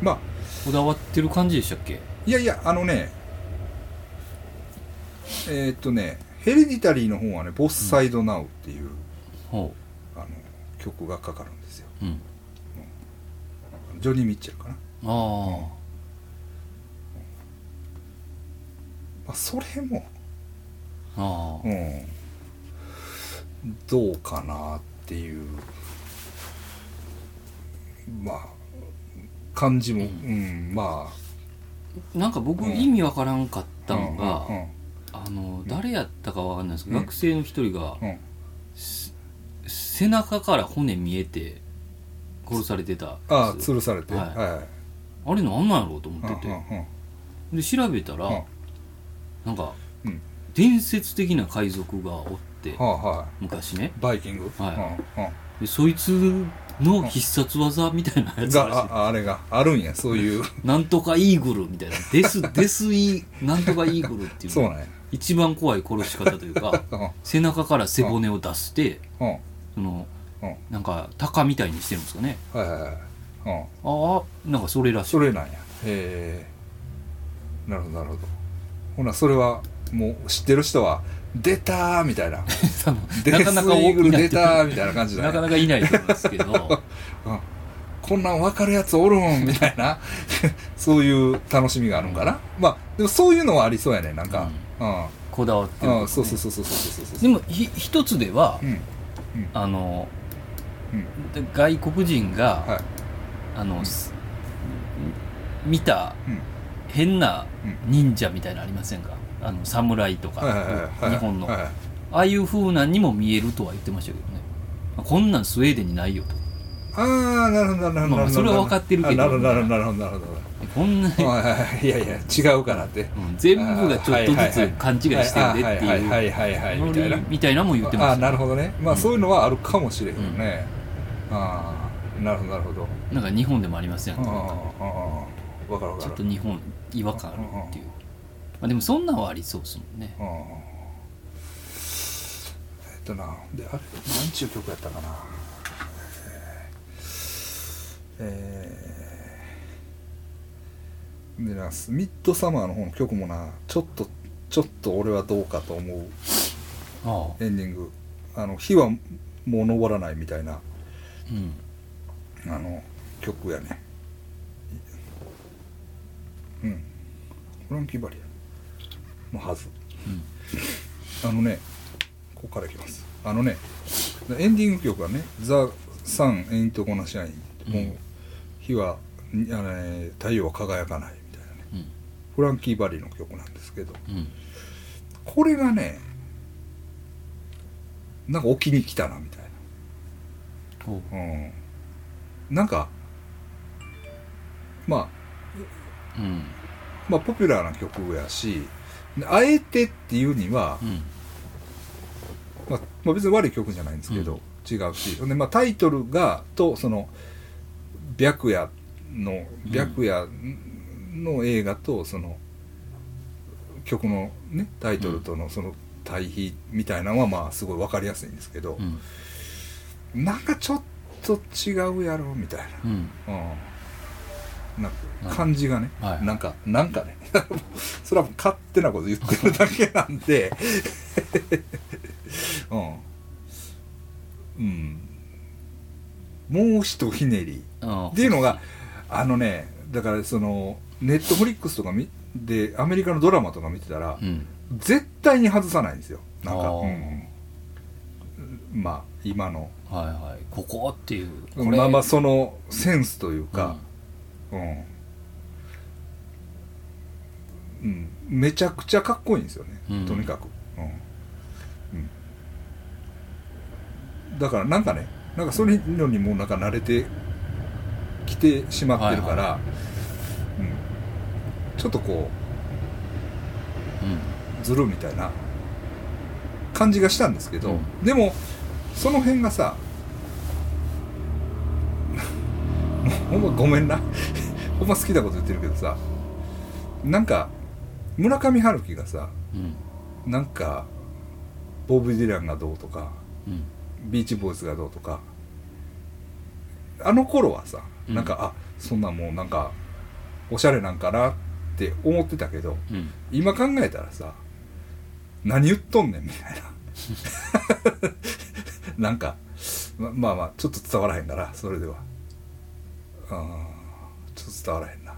Speaker 1: まあ
Speaker 2: こだわってる感じでしたっけ
Speaker 1: いやいやあのねえーっとねヘレディタリーの方はね「ボスサイドナウ」っていう、
Speaker 2: ほ
Speaker 1: あの曲がかかるんですよ
Speaker 2: ううん
Speaker 1: ジョニー・ミッチェルかな、ま
Speaker 2: ああ
Speaker 1: あ、それも、
Speaker 2: ああ
Speaker 1: うん、どうかなっていうまあ感じも、う
Speaker 2: うん
Speaker 1: んまあ
Speaker 2: なんか僕
Speaker 1: うん
Speaker 2: 意味わからんかったのが、
Speaker 1: うん
Speaker 2: あの誰やったかわかんないですけど、
Speaker 1: うん
Speaker 2: 学生の一人が、
Speaker 1: うんうん
Speaker 2: す背中から骨見えて殺されてたやつ
Speaker 1: ああ吊るされて、は
Speaker 2: はいい
Speaker 1: は
Speaker 2: あれなんなんやろうと思
Speaker 1: い
Speaker 2: ってて、
Speaker 1: うんうん
Speaker 2: で調べたら、
Speaker 1: うん
Speaker 2: なんか、
Speaker 1: うん
Speaker 2: 伝説的な海賊がおって、
Speaker 1: うんはあは
Speaker 2: 昔ね
Speaker 1: いバイキング、
Speaker 2: はい
Speaker 1: うんうん
Speaker 2: でそいつの必殺技みたいなやつらしい
Speaker 1: がああれがあるんやそういう
Speaker 2: なんとかイーグルみたいなデ スデスイーなんとかイーグルっていう
Speaker 1: そう
Speaker 2: の
Speaker 1: なんや
Speaker 2: 一番怖い殺し方とい うか
Speaker 1: うん
Speaker 2: 背中から背骨を出して
Speaker 1: うん
Speaker 2: その
Speaker 1: うん
Speaker 2: なんか鷹みたいにしてるんですかね
Speaker 1: はいはいはいうん
Speaker 2: ああなんかそれらしい
Speaker 1: それなんやへえなるほどなるほどほなそれはもう知ってる人は「出た!」みたいな 「
Speaker 2: 多分
Speaker 1: デスイ
Speaker 2: なかなか多
Speaker 1: ーグ
Speaker 2: く
Speaker 1: ル
Speaker 2: な
Speaker 1: 出
Speaker 2: い
Speaker 1: た!」みたいな感じだ、
Speaker 2: な
Speaker 1: ね
Speaker 2: か、なかいないと思うんです けど
Speaker 1: こんなん分かるやつおるんみたいな そういう楽しみがあるんかな、まあでもそういうのはありそうやねなんかうん、
Speaker 2: こだわってる
Speaker 1: うん
Speaker 2: んで
Speaker 1: そ
Speaker 2: すね
Speaker 1: うそうそうそうそうそうそう
Speaker 2: でもひ一つでは
Speaker 1: うん
Speaker 2: あの
Speaker 1: うん
Speaker 2: で外国人が
Speaker 1: はい
Speaker 2: あのす見た
Speaker 1: うん
Speaker 2: 変な忍者みたいなのありませんかあの侍と
Speaker 1: はいはい
Speaker 2: か
Speaker 1: はいはい
Speaker 2: 日本の
Speaker 1: はい
Speaker 2: あ
Speaker 1: はい
Speaker 2: あいう風なんにも見えるとは言ってましたけどねこんなんスウェーデンにないよと
Speaker 1: ああなるほどなるほどなるほど
Speaker 2: まあそれは分かってるけど
Speaker 1: あなるほどなるほどなるほどなるほど
Speaker 2: こんなに
Speaker 1: はいはいはいいやいや違うからって
Speaker 2: うん全部がちょっとずつ勘違いしてる
Speaker 1: は
Speaker 2: でって
Speaker 1: いはいいはいはいはいはいは
Speaker 2: う
Speaker 1: い
Speaker 2: ノ
Speaker 1: みたいな
Speaker 2: リみたいなのも言ってま
Speaker 1: あ
Speaker 2: し
Speaker 1: な
Speaker 2: た
Speaker 1: るほどねまあ、
Speaker 2: うん
Speaker 1: そういうのはあるかもしれへんね、ああなるほどなるほど
Speaker 2: なんか日本でもありません
Speaker 1: あ
Speaker 2: か
Speaker 1: あ分かる
Speaker 2: ち
Speaker 1: 分か
Speaker 2: ょっと
Speaker 1: る
Speaker 2: 日本違和感あるっていうまあでもそんなんはありそうですもんね
Speaker 1: ああえっとなであれ何ちゅう曲やったかなえーえーでなミッドサマーの方の曲もなちょっとちょっと俺はどうかと思う
Speaker 2: ああ
Speaker 1: エンディングあの火はもう昇らないみたいな
Speaker 2: うん
Speaker 1: あの曲やねうんフランキー・バリアのはず
Speaker 2: うん
Speaker 1: あのねここからいきますあのねエンディング曲はね「ザ・サン・エイント・ゴナ・シャイン」も
Speaker 2: う
Speaker 1: うん火はにあのね太陽は輝かないみたいなね
Speaker 2: うん
Speaker 1: フランキー・バリーの曲なんですけど
Speaker 2: うん
Speaker 1: これがねなんか起きに来たなみたいな
Speaker 2: おう
Speaker 1: うんなんか、ま
Speaker 2: うん
Speaker 1: あ、まあポピュラーな曲やしあえてっていうには
Speaker 2: う、ん
Speaker 1: まあまあ別に悪い曲じゃないんですけど、違うしほんで、まあ、タイトルがとその白夜の
Speaker 2: うん
Speaker 1: 白夜の映画とその曲のねタイトルとのその対比みたいなのはまあすごい分かりやすいんですけど
Speaker 2: う、ん
Speaker 1: なんかちょっと違うやろみたいな。
Speaker 2: うん
Speaker 1: うん、なん
Speaker 2: うん
Speaker 1: か感じがね、
Speaker 2: はい
Speaker 1: なんかなんかね それはもう勝手なこと言ってるだけなんで うん、うん、もうひとひねり
Speaker 2: ああ
Speaker 1: っていうのがあのねだからそのネットフリックスとかみでアメリカのドラマとか見てたら、
Speaker 2: うん
Speaker 1: 絶対に外さないんですよなんか、
Speaker 2: あー
Speaker 1: うんまあ今の
Speaker 2: はいはいここっていうこれ
Speaker 1: まあまあそのセンスというか、
Speaker 2: う
Speaker 1: う
Speaker 2: ん
Speaker 1: ん、うん、めちゃくちゃかっこいいんですよね、
Speaker 2: うん
Speaker 1: とにかく、うんうんだからなんかねなんかそれのにもうなんか慣れて来てしまってるから、
Speaker 2: は
Speaker 1: うん、ちょっとこ
Speaker 2: う
Speaker 1: うずるみたいな感じがしたんですけど、
Speaker 2: うん
Speaker 1: でもその辺がさもうほんまごめんなほんま好きなこと言ってるけどさなんか村上春樹がさ
Speaker 2: んうん
Speaker 1: なんかボブ・ディランがどうとか
Speaker 2: うん
Speaker 1: ビーチボーイズがどうとかあの頃はさ
Speaker 2: うん
Speaker 1: なんか、あそんなんもうなんかおしゃれなんかなって思ってたけど
Speaker 2: うん
Speaker 1: 今考えたらさ何言っとんねんみたいな なんかままあまあちょっと伝わらへんからそれではあーちょっと伝わらへんな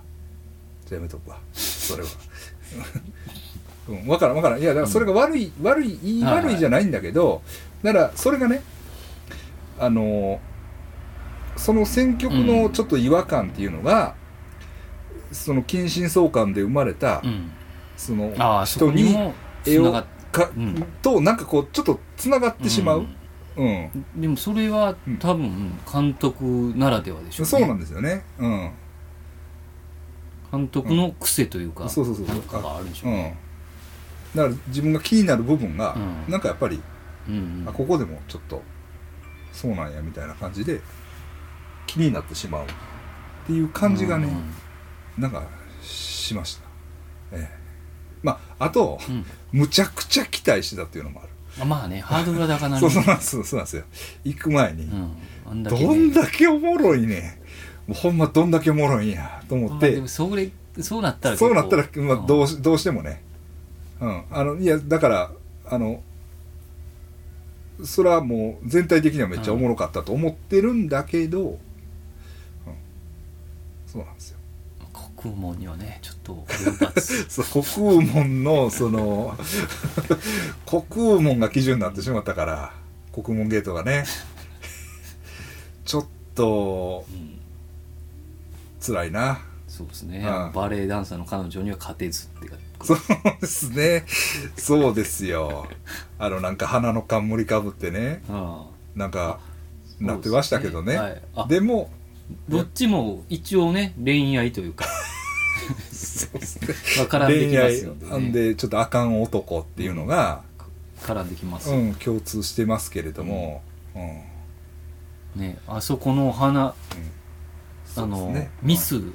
Speaker 1: じゃあやめとくわそれは うん分からん分からんいやだからそれが悪い、悪いいい
Speaker 2: はいはい
Speaker 1: 悪いじゃないんだけどだからそれがねあのーその選曲のちょっと違和感っていうのが、その近親相関で生まれた、
Speaker 2: うん
Speaker 1: その
Speaker 2: ああそ
Speaker 1: 人
Speaker 2: こに
Speaker 1: に
Speaker 2: も
Speaker 1: 絵
Speaker 2: つな
Speaker 1: を
Speaker 2: がっ
Speaker 1: か、
Speaker 2: うん
Speaker 1: となんかこうちょっとつながってしまう、うん
Speaker 2: んでもそれは
Speaker 1: うん
Speaker 2: 多分監督ならではでしょうね
Speaker 1: そうなんですよねうん、
Speaker 2: 監督の癖というか、
Speaker 1: うんそうそうそう
Speaker 2: なんかがあるんでしょ
Speaker 1: う
Speaker 2: う、
Speaker 1: ん、だから自分が気になる部分が、
Speaker 2: うん
Speaker 1: なんかやっぱり、
Speaker 2: うんうん
Speaker 1: あここでもちょっとそうなんやみたいな感じで気になってしまうっていう感じがね、なんかしましたええまああと
Speaker 2: うんうんうん
Speaker 1: むちゃくちゃ期待してたっていうのもある
Speaker 2: あまあねハードルが高な
Speaker 1: そ
Speaker 2: る
Speaker 1: うそうなんですそうなんですよ行く前に、
Speaker 2: うんあんだけね
Speaker 1: どんだけおもろいねんもうほんまどんだけおもろいんやと思っ
Speaker 2: まあ
Speaker 1: て
Speaker 2: でもそれそうなったら結構
Speaker 1: そうなったら、まあ、どう
Speaker 2: し
Speaker 1: しどうしてもね、うん、あのいやだからあのそれはもう全体的にはめっちゃおもろかったと思ってるんだけど、うん、そうなんですよ
Speaker 2: 国門にはねちょっと及ばず
Speaker 1: そう国右門のその 国右門が基準になってしまったから国門ゲートがねちょっと
Speaker 2: うん
Speaker 1: 辛いな
Speaker 2: そうですね
Speaker 1: ああ
Speaker 2: バレエダンサーの彼女には勝てずってか
Speaker 1: そうですね。そうですよ。あの、なんか鼻の冠かぶってね、
Speaker 2: あ
Speaker 1: なんか、
Speaker 2: あ
Speaker 1: なってましたけどね。
Speaker 2: はい、あ
Speaker 1: でも、
Speaker 2: どっちも一応ね恋愛とい うか
Speaker 1: そうですね
Speaker 2: わからんでき
Speaker 1: 恋
Speaker 2: ま
Speaker 1: 愛
Speaker 2: すんで,、
Speaker 1: なんで、ちょっとあかん男っていうのが、
Speaker 2: 絡んできます、
Speaker 1: うん、共通してますけれども、うん。
Speaker 2: ねあそこの花
Speaker 1: そ
Speaker 2: あ
Speaker 1: うです
Speaker 2: の、
Speaker 1: ね
Speaker 2: ミス、
Speaker 1: うん、うん。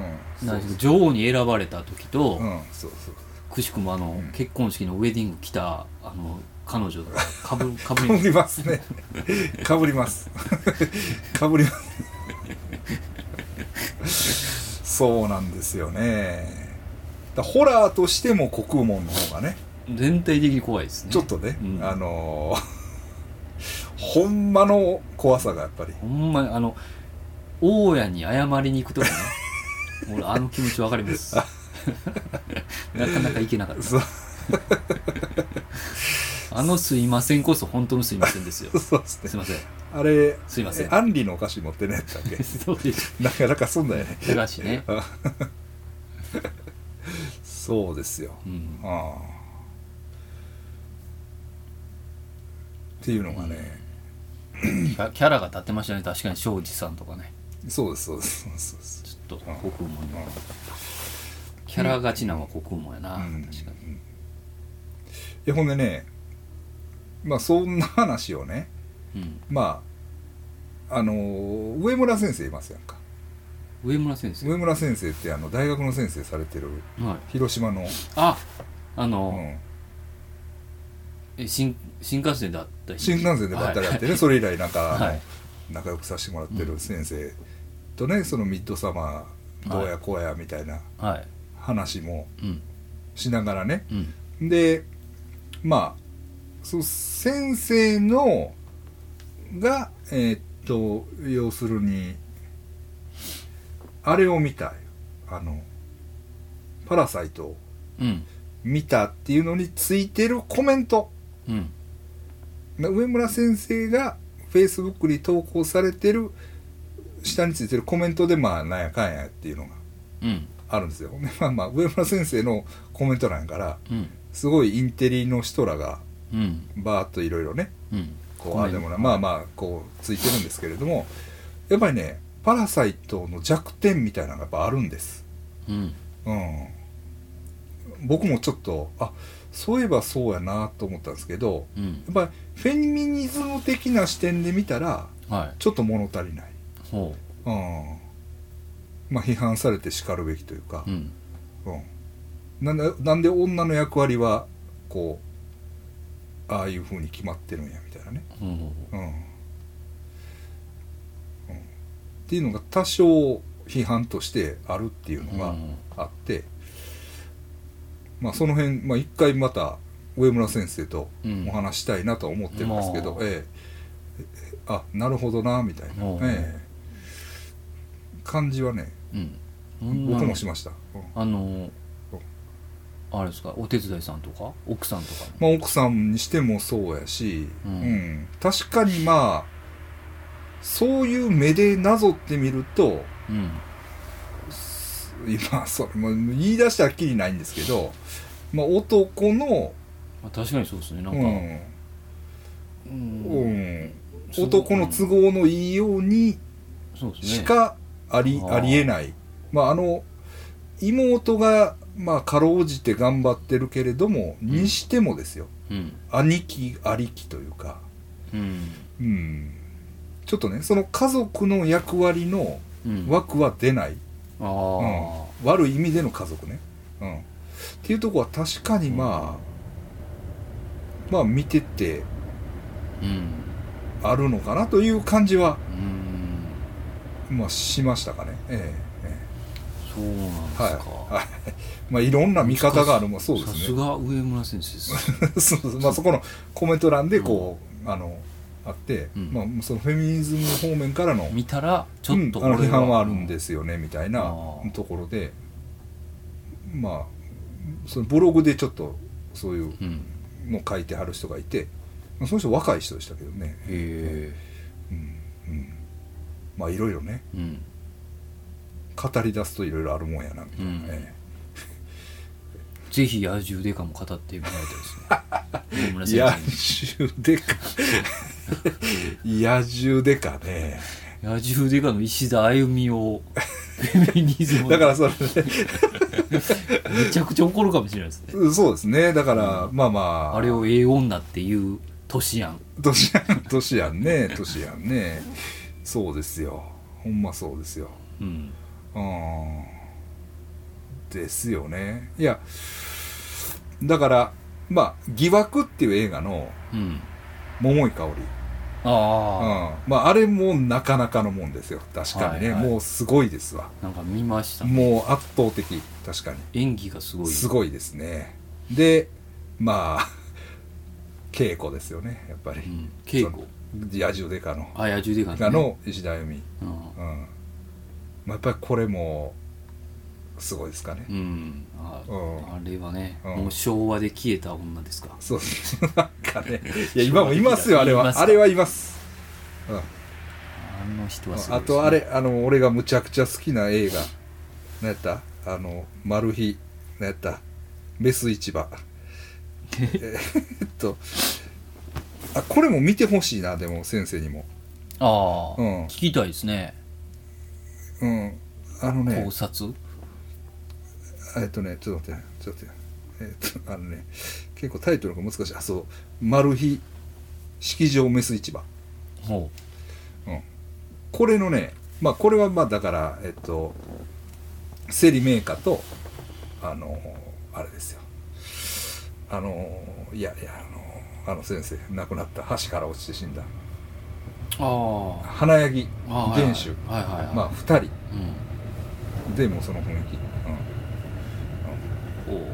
Speaker 1: うん。
Speaker 2: なんで女王に選ばれた時と、
Speaker 1: うん、そうそう。
Speaker 2: くしくもあの、
Speaker 1: ん
Speaker 2: 結婚式のウェディング来たあの彼女がかぶ かぶ
Speaker 1: かぶ
Speaker 2: り
Speaker 1: りますね。かぶります。 かぶります。そうなんですよね。だホラーとしても国門の方がね、
Speaker 2: 全体的に怖いですね
Speaker 1: ちょっとね、
Speaker 2: うん
Speaker 1: あのーほんまの怖さがやっぱり。
Speaker 2: ほんまにあの大家に謝りに行くとかね 俺あの気持ちわかりますなかなか行けなかっ
Speaker 1: そう
Speaker 2: たあのすいませんこそ本当のすいませんですよ
Speaker 1: そうです
Speaker 2: す
Speaker 1: ね。
Speaker 2: いません
Speaker 1: あれ、
Speaker 2: すいませ
Speaker 1: え
Speaker 2: ん
Speaker 1: アンリのお菓子持ってねえや ったっ
Speaker 2: そうでし
Speaker 1: けなかなかそんだよね。
Speaker 2: ょだしね、
Speaker 1: そうですよ。
Speaker 2: うん、
Speaker 1: ああっていうのがね、
Speaker 2: キャキャラが立ってましたね確かに庄司さんとかね
Speaker 1: そうですそうですそうですそうです
Speaker 2: ちょっと
Speaker 1: うん
Speaker 2: 国門に
Speaker 1: うん
Speaker 2: キャラ勝ちなんは国門やな、
Speaker 1: うん
Speaker 2: 確かに
Speaker 1: いやほんでねまあそんな話をね
Speaker 2: うん
Speaker 1: まああのー上村先生いますやんか
Speaker 2: 上村先生、
Speaker 1: 上村先生ってあの大学の先生されてる
Speaker 2: はい、
Speaker 1: 広島の、
Speaker 2: ああ
Speaker 1: う
Speaker 2: の、
Speaker 1: ん、
Speaker 2: え新新幹線であったり
Speaker 1: 新幹線でばったりやってね、それ以来なんか、あの
Speaker 2: はい
Speaker 1: 仲良くさせてもらってる先生とねそのミッドサマーどうやこうやみたいな
Speaker 2: はい、はい、
Speaker 1: 話も
Speaker 2: うん
Speaker 1: しながらね
Speaker 2: うん
Speaker 1: でまあその先生のがえーっと要するにあれを見たいあの「パラサイト」を
Speaker 2: うん
Speaker 1: 見たっていうのについてるコメント
Speaker 2: うん
Speaker 1: な上村先生が Facebook に投稿されてる下についてるコメントでまあなんやかんやっていうのが
Speaker 2: うん
Speaker 1: あるんですよ。でまあまあ上村先生のコメント欄から
Speaker 2: うん
Speaker 1: すごいインテリの人らが
Speaker 2: うん
Speaker 1: バーっといろいろね
Speaker 2: うん
Speaker 1: こう
Speaker 2: コメン
Speaker 1: あでもなまあまあこうついてるんですけれどもやっぱりね「パラサイト」の弱点みたいなのがやっぱあるんです。
Speaker 2: うん
Speaker 1: うん、僕もちょっとあそういえばそうやなと思ったんですけど
Speaker 2: うん
Speaker 1: やっぱりフェミニズム的な視点で見たら
Speaker 2: は
Speaker 1: ちょっと物足りない、
Speaker 2: いほ
Speaker 1: うんまあ、批判されてしかるべきというか
Speaker 2: うう、ん
Speaker 1: うんなんでなんで女の役割はこうああいうふうに決まってるんやみたいなね、
Speaker 2: ほうほう
Speaker 1: うんうん、っていうのが多少批判としてあるっていう
Speaker 2: ほう
Speaker 1: のが、
Speaker 2: うん
Speaker 1: あって、まあ、その辺、まあ、一回また上村先生と
Speaker 2: うん
Speaker 1: お話したいなとは思ってるんですけど、
Speaker 2: うん
Speaker 1: ええええあなるほどなみたいな、
Speaker 2: うん
Speaker 1: ええ感じはね
Speaker 2: うん
Speaker 1: 僕もしました、うん
Speaker 2: あのあれですかお手伝いさんとか奥さんとか
Speaker 1: ま
Speaker 2: も
Speaker 1: あ、奥さんにしてもそうやし、
Speaker 2: う
Speaker 1: うんん確かにまあそういう目でなぞってみると
Speaker 2: うん
Speaker 1: 今それもう言い出したらきりないんですけど、まあ、男の、
Speaker 2: まあ確かにそうですねなんか
Speaker 1: うん
Speaker 2: うん
Speaker 1: うん、
Speaker 2: そう
Speaker 1: 男の都合のいいように
Speaker 2: そうですね
Speaker 1: しかあり,、
Speaker 2: あー
Speaker 1: ありえない、まあ、あの妹が、まあ、かろうじて頑張ってるけれども、
Speaker 2: ん
Speaker 1: にしてもですよ
Speaker 2: うん
Speaker 1: 兄貴ありきというか、
Speaker 2: うん
Speaker 1: うん、ちょっとねその家族の役割の
Speaker 2: うん
Speaker 1: 枠は出ない、
Speaker 2: あ
Speaker 1: うん
Speaker 2: あ
Speaker 1: 悪い意味での家族ね、うん、っていうとこは確かにまあ、まあ見てて
Speaker 2: うん
Speaker 1: あるのかなという感じは、
Speaker 2: うん
Speaker 1: まあ、しましたかね。ええええ
Speaker 2: そうなんですか、
Speaker 1: はいはいまあ、いろんな見方があるもんそうで
Speaker 2: さ
Speaker 1: す
Speaker 2: す
Speaker 1: ね
Speaker 2: が上村先生です
Speaker 1: そうそうまあ、そこのコメント欄でこう、あのあって、
Speaker 2: うん
Speaker 1: まあ、そのフェミニズム方面からの
Speaker 2: 見たらちょっと
Speaker 1: うんあの批判はあるん
Speaker 2: す
Speaker 1: ですよねみたいな
Speaker 2: あー
Speaker 1: ところでまあそのブログでちょっとそういう
Speaker 2: うん
Speaker 1: の書いてはる人がいて、まあ、その人若い人でしたけどね、
Speaker 2: へえ
Speaker 1: うんうん、まあいろいろね
Speaker 2: うん
Speaker 1: 語り出すといろいろあるもんやなみたいな、
Speaker 2: うん
Speaker 1: え
Speaker 2: ぜひ野獣デカも語ってもらいたい ですね上村
Speaker 1: え野
Speaker 2: 先
Speaker 1: 獣でか 野獣でかね
Speaker 2: 生野獣デカの石田歩 みをフェミニズム
Speaker 1: だからそれ、
Speaker 2: めちゃくちゃ怒るかもしれないですね
Speaker 1: うんそうですねだから、まあまあ
Speaker 2: あれをええ女っていう年やん
Speaker 1: 年 やん年やんね年やんねそうですよほんまそうですよ
Speaker 2: うん
Speaker 1: うんですよねいやだからまあ「疑惑」っていう映画の
Speaker 2: うん桃
Speaker 1: 桃井かおり、うん
Speaker 2: ああ、
Speaker 1: まあ、あれもなかなかのもんですよ確かにね、
Speaker 2: はいはい
Speaker 1: もうすごいですわ
Speaker 2: なんか見ました
Speaker 1: もう圧倒的確かに
Speaker 2: 演技がすごい
Speaker 1: すごいですねでまあ 稽古ですよねやっぱり、
Speaker 2: うん、稽古
Speaker 1: 野獣デカの
Speaker 2: あ野獣デカ
Speaker 1: あの石田由美、
Speaker 2: うん
Speaker 1: うんまあ、やっぱりこれもすごいですかね、
Speaker 2: うん、あ
Speaker 1: うん
Speaker 2: あれはね、
Speaker 1: うん
Speaker 2: もう昭和で消えた女ですか
Speaker 1: そうですね なんか ねいや今もいますよあれ
Speaker 2: いま
Speaker 1: は
Speaker 2: すか
Speaker 1: あれはいます、うん
Speaker 2: あの人はすごい
Speaker 1: あ
Speaker 2: ですね、
Speaker 1: とあれあの俺がむちゃくちゃ好きな映画何やったあのマル秘何やったメス市 場えーっとあこれも見てほしいなでも先生にも
Speaker 2: ああ、
Speaker 1: うん
Speaker 2: 聞きたいですね
Speaker 1: うんあのね
Speaker 2: 考察
Speaker 1: えっとね、ちょっと待って、ちょっと待って。えっと、あのね、結構タイトルが難しい。あ、そう。マル秘式場メス市場。
Speaker 2: ほ
Speaker 1: これのね、まあこれはまあだから、えっと、セリメーカーと、あの、あれですよ。あの、いやいや、あの、あの先生、亡くなった。橋から落ちて死んだ。
Speaker 2: うあ
Speaker 1: 花柳
Speaker 2: あああ
Speaker 1: 元首。
Speaker 2: はいはいはいはいはい
Speaker 1: まあ二人。
Speaker 2: う
Speaker 1: でもうその雰囲気。うん
Speaker 2: んおう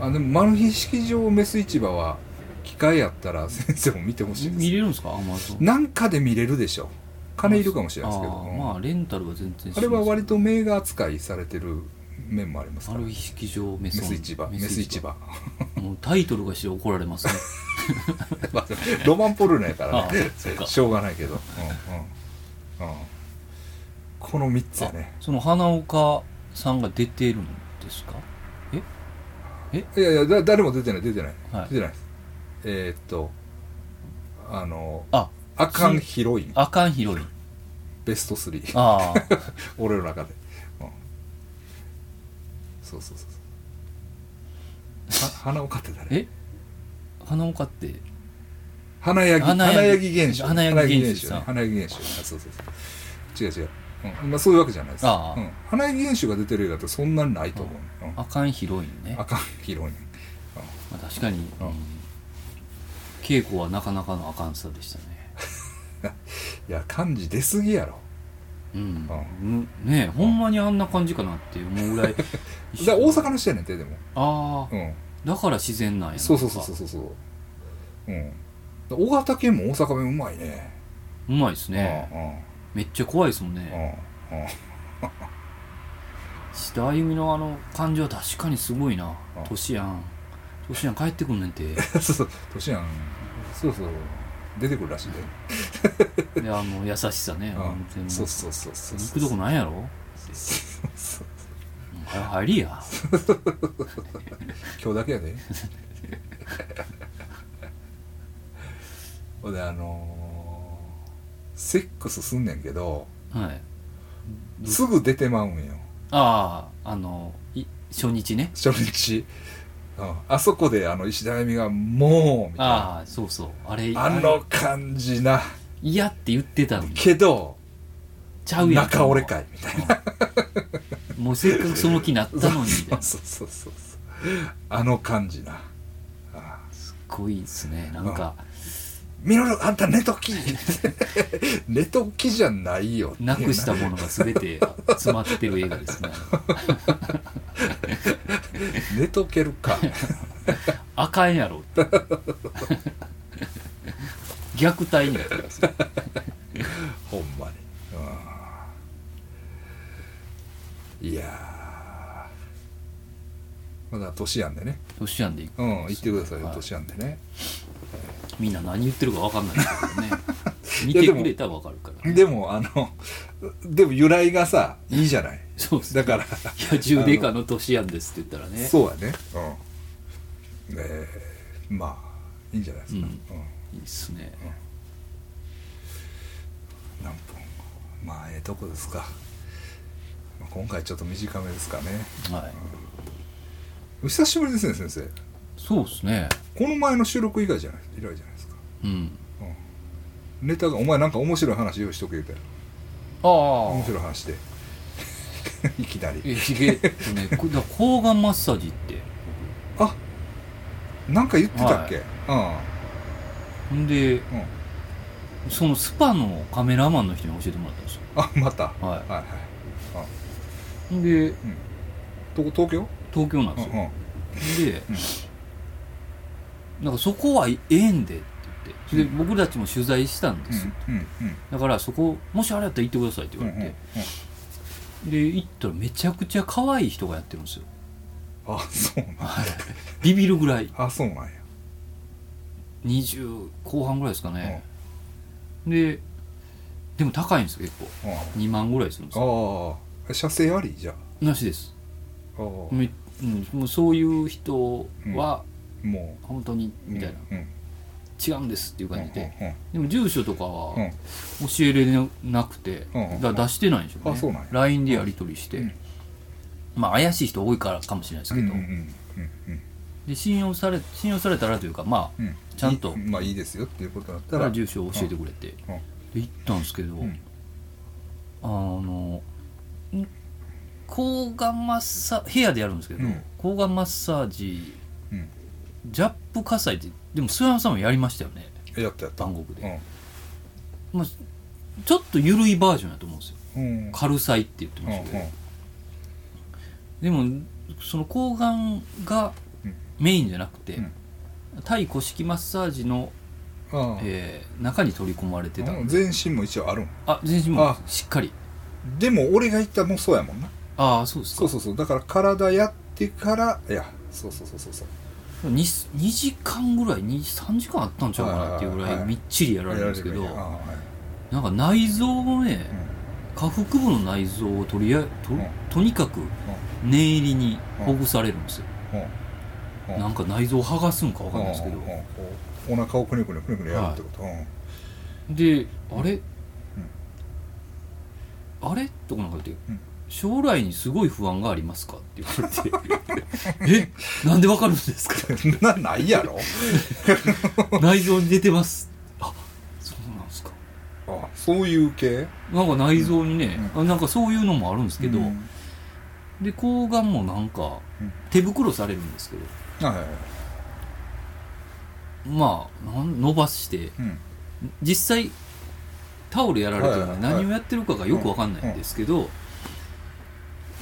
Speaker 1: あでもマル秘式場メス市場は機会やったら先生も見てほしい
Speaker 2: 見
Speaker 1: です
Speaker 2: れるんですかアマゾン
Speaker 1: なんかで見れるでしょ金いるかもしれないですけど
Speaker 2: あ
Speaker 1: う
Speaker 2: ー
Speaker 1: ん
Speaker 2: まあレンタルは全然し
Speaker 1: あれは割と名画扱いされてる面もあります
Speaker 2: あ
Speaker 1: から
Speaker 2: る
Speaker 1: メ
Speaker 2: 日式場メソン
Speaker 1: ス市場メス市場
Speaker 2: もうタイトルがして怒ら れますね
Speaker 1: まあ ロマンポルノやから
Speaker 2: あ
Speaker 1: ね
Speaker 2: そうか
Speaker 1: しょうがないけどうんうんうんこの3つやね
Speaker 2: その花岡さんが出てるんですか
Speaker 1: いやいやだ誰も出てない出てない
Speaker 2: はい
Speaker 1: 出てないですえーっとあの
Speaker 2: あ
Speaker 1: あかんヒロイン
Speaker 2: あかんヒロイン
Speaker 1: ベスト3
Speaker 2: ああ
Speaker 1: 俺の中で、うん、そうそうそうそうは 花岡って誰
Speaker 2: え花岡って
Speaker 1: 花やぎ
Speaker 2: 花
Speaker 1: 花
Speaker 2: やぎ
Speaker 1: やぎ現象
Speaker 2: 花やぎ現象
Speaker 1: ね花やぎ現象ねあそうそうそう違う違う、うんまあ、そういうわけじゃないです
Speaker 2: ああ
Speaker 1: うん、花やぎ現象が出てる映画ってそんなにないと思う、うん
Speaker 2: あかんヒロインね
Speaker 1: あかんヒロイン
Speaker 2: まあ、確かに、
Speaker 1: うん
Speaker 2: うん稽古はなかなかのあかんさでしたね
Speaker 1: いや漢字出すぎやろ
Speaker 2: うん、うんねえほんまにあんな感じかなって思う ぐらい
Speaker 1: だから大阪の人やねんてでも、
Speaker 2: ああ
Speaker 1: うん、
Speaker 2: だから自然なんや
Speaker 1: そうそうそうそうそうそううん大型犬も大阪弁うまいね
Speaker 2: うまいですねめっちゃ怖いですもん
Speaker 1: うん
Speaker 2: ね
Speaker 1: うんうんうん
Speaker 2: 志田あゆみのあの感じは確かにすごいな
Speaker 1: うん
Speaker 2: トシやんトシやん帰ってくんねん て
Speaker 1: そうそう、としやん、そうそう、出てくるらしいで。
Speaker 2: であの優しさね
Speaker 1: うん
Speaker 2: 全
Speaker 1: そう
Speaker 2: 部
Speaker 1: そうそうそう。
Speaker 2: 行くとこ
Speaker 1: な
Speaker 2: なん やろも
Speaker 1: そう
Speaker 2: う早入りや
Speaker 1: 今日だけや で。ほんで、あのーセックスすんねんけど、
Speaker 2: はい
Speaker 1: すぐ出てまうんよ、
Speaker 2: あああのい初日ね
Speaker 1: 初日。うんあそこで、あの、石田亜美が、もう、みたいな。
Speaker 2: ああそうそうあれ
Speaker 1: あ
Speaker 2: あれ
Speaker 1: の感じな。
Speaker 2: 嫌って言ってたのに
Speaker 1: けど、
Speaker 2: ちゃうやん
Speaker 1: 中折れかい、みたいな。
Speaker 2: もうせっかくその気になったのにみたいなす
Speaker 1: そうそうそうそう。あの感じな。ああ
Speaker 2: ごいですねなんか
Speaker 1: ミノルあんた寝とき 寝ときじゃないよ
Speaker 2: なくしたものが全て詰まってる映画ですね
Speaker 1: 寝とけるか
Speaker 2: あかんやろって 虐待になってますよ
Speaker 1: ほんまにうんいやーまだ年やんでね
Speaker 2: ロシアンで
Speaker 1: うん言ってくださいよ
Speaker 2: はい
Speaker 1: 年やんでね
Speaker 2: みんな何言ってるか分かんない ですけどね見てくれたら分かるから
Speaker 1: でもあのでも由来がさいいじゃない
Speaker 2: そうですね
Speaker 1: だから
Speaker 2: いや10デカのロシアンですって言ったらね
Speaker 1: そうやねうんえー、まあいいんじゃないですか、
Speaker 2: う
Speaker 1: うんん
Speaker 2: いいっすね
Speaker 1: 何分まあええとこですか、まあ今回ちょっと短めですかね
Speaker 2: はい
Speaker 1: お久しぶりですね先生
Speaker 2: そうですね
Speaker 1: この前の収録以外じゃない以来じゃないですか
Speaker 2: うん
Speaker 1: ネタがお前なんか面白い話用意しとけ言うたよ
Speaker 2: ああ
Speaker 1: 面白い話で いきなり
Speaker 2: えひげとねこ だ抗がんマッサージって
Speaker 1: あなんか言ってたっけ、
Speaker 2: ほんで
Speaker 1: うんうん
Speaker 2: そのスパのカメラマンの人に教えてもらったんですよ
Speaker 1: あまた、
Speaker 2: は
Speaker 1: はいはい
Speaker 2: いほんで
Speaker 1: と東京
Speaker 2: 東京なん
Speaker 1: う
Speaker 2: で
Speaker 1: ん
Speaker 2: すよ
Speaker 1: うん
Speaker 2: で、なんかそこはええんでって言ってそれで僕たちも取材したんですよ、
Speaker 1: うんうん
Speaker 2: だからそこもしあれやったら行ってくださいって
Speaker 1: うんう
Speaker 2: 言
Speaker 1: ん
Speaker 2: わ
Speaker 1: うんうん
Speaker 2: れて、で行ったらめちゃくちゃ可愛い人がやってるんですよ
Speaker 1: あそうなんや
Speaker 2: ビビるぐらい
Speaker 1: あそうなんや
Speaker 2: 20後半ぐらいですかね、ででも高いんですよ結構
Speaker 1: うん
Speaker 2: 2万ぐらいするんですよ
Speaker 1: ああ射精ありじゃあ
Speaker 2: なしです
Speaker 1: ああも
Speaker 2: めうん、もうそういう人は
Speaker 1: う
Speaker 2: 本当にみたいな、
Speaker 1: うんうん
Speaker 2: 違うんですっていう感じで、
Speaker 1: うんうん
Speaker 2: でも住所とか
Speaker 1: うんう
Speaker 2: は
Speaker 1: ん
Speaker 2: 教えれなくて、
Speaker 1: うんうんうん
Speaker 2: だから出してないんでしょうね
Speaker 1: あそうなんや
Speaker 2: LINE でやり取りして、
Speaker 1: うん
Speaker 2: まあ怪しい人多いからかもしれないですけ
Speaker 1: うん
Speaker 2: ど、
Speaker 1: うんうんうん
Speaker 2: で信用され信用されたらというかま
Speaker 1: うん
Speaker 2: ちゃんと
Speaker 1: いまあいいですよっていうことだっ
Speaker 2: あだ
Speaker 1: た
Speaker 2: からら住所を教えてくれて、で
Speaker 1: うん
Speaker 2: 行ったんですけど、
Speaker 1: ん
Speaker 2: あのん抗がんマッサー部屋でやるんですけど、
Speaker 1: うん
Speaker 2: 抗がんマッサージ
Speaker 1: うん
Speaker 2: ジャップ火災ってでも諏訪山さんもやりましたよね
Speaker 1: やったやった
Speaker 2: 韓国で、まあ、ちょっと緩いバージョンだと思うんですよ
Speaker 1: うんうん
Speaker 2: 軽さいって言ってましたけど、でもその抗がんが
Speaker 1: うん
Speaker 2: メインじゃなくて、
Speaker 1: うん
Speaker 2: タイ古式マッサージの、
Speaker 1: うんうん
Speaker 2: えー中に取り込まれてた、
Speaker 1: うん全身も一応あるん
Speaker 2: あ全身も
Speaker 1: あ
Speaker 2: しっかり
Speaker 1: でも俺が言ったもそうやもんな
Speaker 2: ああそうです
Speaker 1: そ
Speaker 2: か
Speaker 1: うそうそうだから体やってからいやそうそうそうそうそう
Speaker 2: 2, 時間ぐらい23時間あったんちゃうかなっていうぐ
Speaker 1: はい
Speaker 2: ら
Speaker 1: はいい
Speaker 2: みっちりやられるんですけ
Speaker 1: や
Speaker 2: ど、
Speaker 1: られるんやああはい
Speaker 2: なんか内臓のね、
Speaker 1: うん
Speaker 2: 下腹部の内臓をとりあえと,、
Speaker 1: うん
Speaker 2: とにかく念入りにほぐされるんですよ、
Speaker 1: うんうん
Speaker 2: なんか内臓を剥がすんかわかんないですけど、
Speaker 1: うんうんうんこうお腹をくねくねくねくねやるってこと、うん
Speaker 2: であれ、あれとかなんか言って、
Speaker 1: うん
Speaker 2: 将来にすごい不安がありますかって言われてえなんでわかるんです か
Speaker 1: なないやろ
Speaker 2: 内臓に出てますあそうなんですか
Speaker 1: あそういう系
Speaker 2: なんか内臓にね、あなんかそういうのもあるんですけど、
Speaker 1: うん
Speaker 2: で抗がんもなんか
Speaker 1: うん
Speaker 2: 手袋されるんですけど
Speaker 1: はいはいはい
Speaker 2: まあなん伸ばして
Speaker 1: うん
Speaker 2: 実際タオルやられてるの
Speaker 1: はい
Speaker 2: に
Speaker 1: はいはい
Speaker 2: 何をやってるかがよくわかんないんですけど、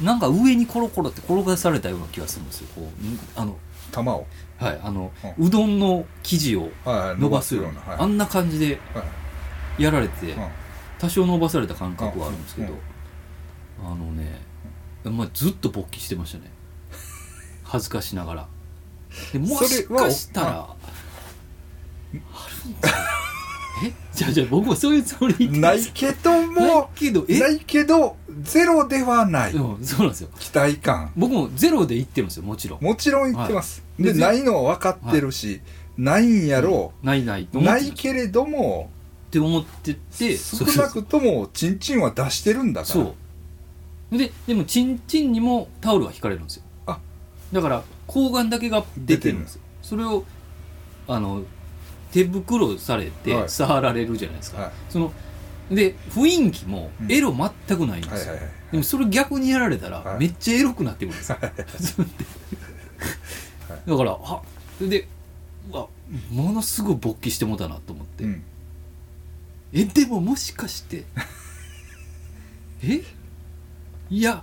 Speaker 2: なんか上にコロコロって転がされたような気がするんですよこうんあの
Speaker 1: 玉を、
Speaker 2: はいあの、うどんの生地を
Speaker 1: はいはい
Speaker 2: 伸ばすような、
Speaker 1: はい
Speaker 2: あんな感じで
Speaker 1: はい
Speaker 2: やられて、
Speaker 1: うん
Speaker 2: 多少伸ばされた感覚はあるんですけど、
Speaker 1: うん
Speaker 2: あのね、まあ、ずっと勃起してましたね恥ずかしながらでもしかしたらあるんじゃないえじゃあじゃあ僕はそういうつもりで言って
Speaker 1: な
Speaker 2: ま
Speaker 1: い
Speaker 2: す
Speaker 1: けど
Speaker 2: ない
Speaker 1: も
Speaker 2: けどえ
Speaker 1: ないけどゼロではない
Speaker 2: うんそうなんですよ
Speaker 1: 期待感
Speaker 2: 僕もゼロで言ってるんですよもちろん
Speaker 1: もちろん言ってます、
Speaker 2: はい
Speaker 1: で
Speaker 2: で
Speaker 1: ないのは分かってるし、ないんやろ
Speaker 2: ないないと
Speaker 1: う、
Speaker 2: 思っ
Speaker 1: な
Speaker 2: て
Speaker 1: いけれども
Speaker 2: って思ってて
Speaker 1: 少なくともチンチンは出してるんだから
Speaker 2: そうででもチンチンにもタオルは引かれるんですよ
Speaker 1: あ
Speaker 2: だから睾丸だけが出てるんですよそれをあの手袋され
Speaker 1: は
Speaker 2: て
Speaker 1: い
Speaker 2: 触られるじゃないですか、
Speaker 1: は
Speaker 2: そので雰囲気も
Speaker 1: うん
Speaker 2: エロ全くないん
Speaker 1: い
Speaker 2: で
Speaker 1: はい
Speaker 2: すよ、
Speaker 1: はいはい
Speaker 2: でもそれ逆にやられたら、
Speaker 1: はい
Speaker 2: めっちゃエロくなってくるんですよ、 だからあでうわものすごい勃起してもうたなと思って、
Speaker 1: うん
Speaker 2: えでももしかして えいや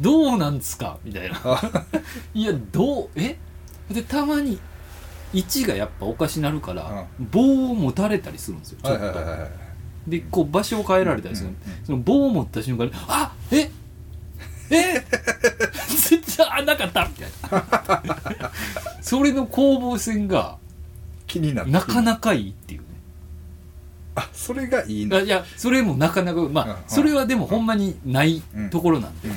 Speaker 2: どうなんですかみたいな
Speaker 1: あ
Speaker 2: いやどうえでたまに位置がやっぱおかしなるから、棒を持たれたりするんですよちょ
Speaker 1: は
Speaker 2: っ
Speaker 1: い
Speaker 2: と、
Speaker 1: はいはいはい
Speaker 2: でこう場所を変えられたりする、
Speaker 1: うん
Speaker 2: その棒を持った瞬間に「あええ絶対あなかった!」みたい なそれの攻防戦が
Speaker 1: 気になって
Speaker 2: なかなかいいっていうね
Speaker 1: あそれがいい
Speaker 2: あ
Speaker 1: ない
Speaker 2: やそれもなかなかまあ、
Speaker 1: うん
Speaker 2: それはでもほんまにないところなんで、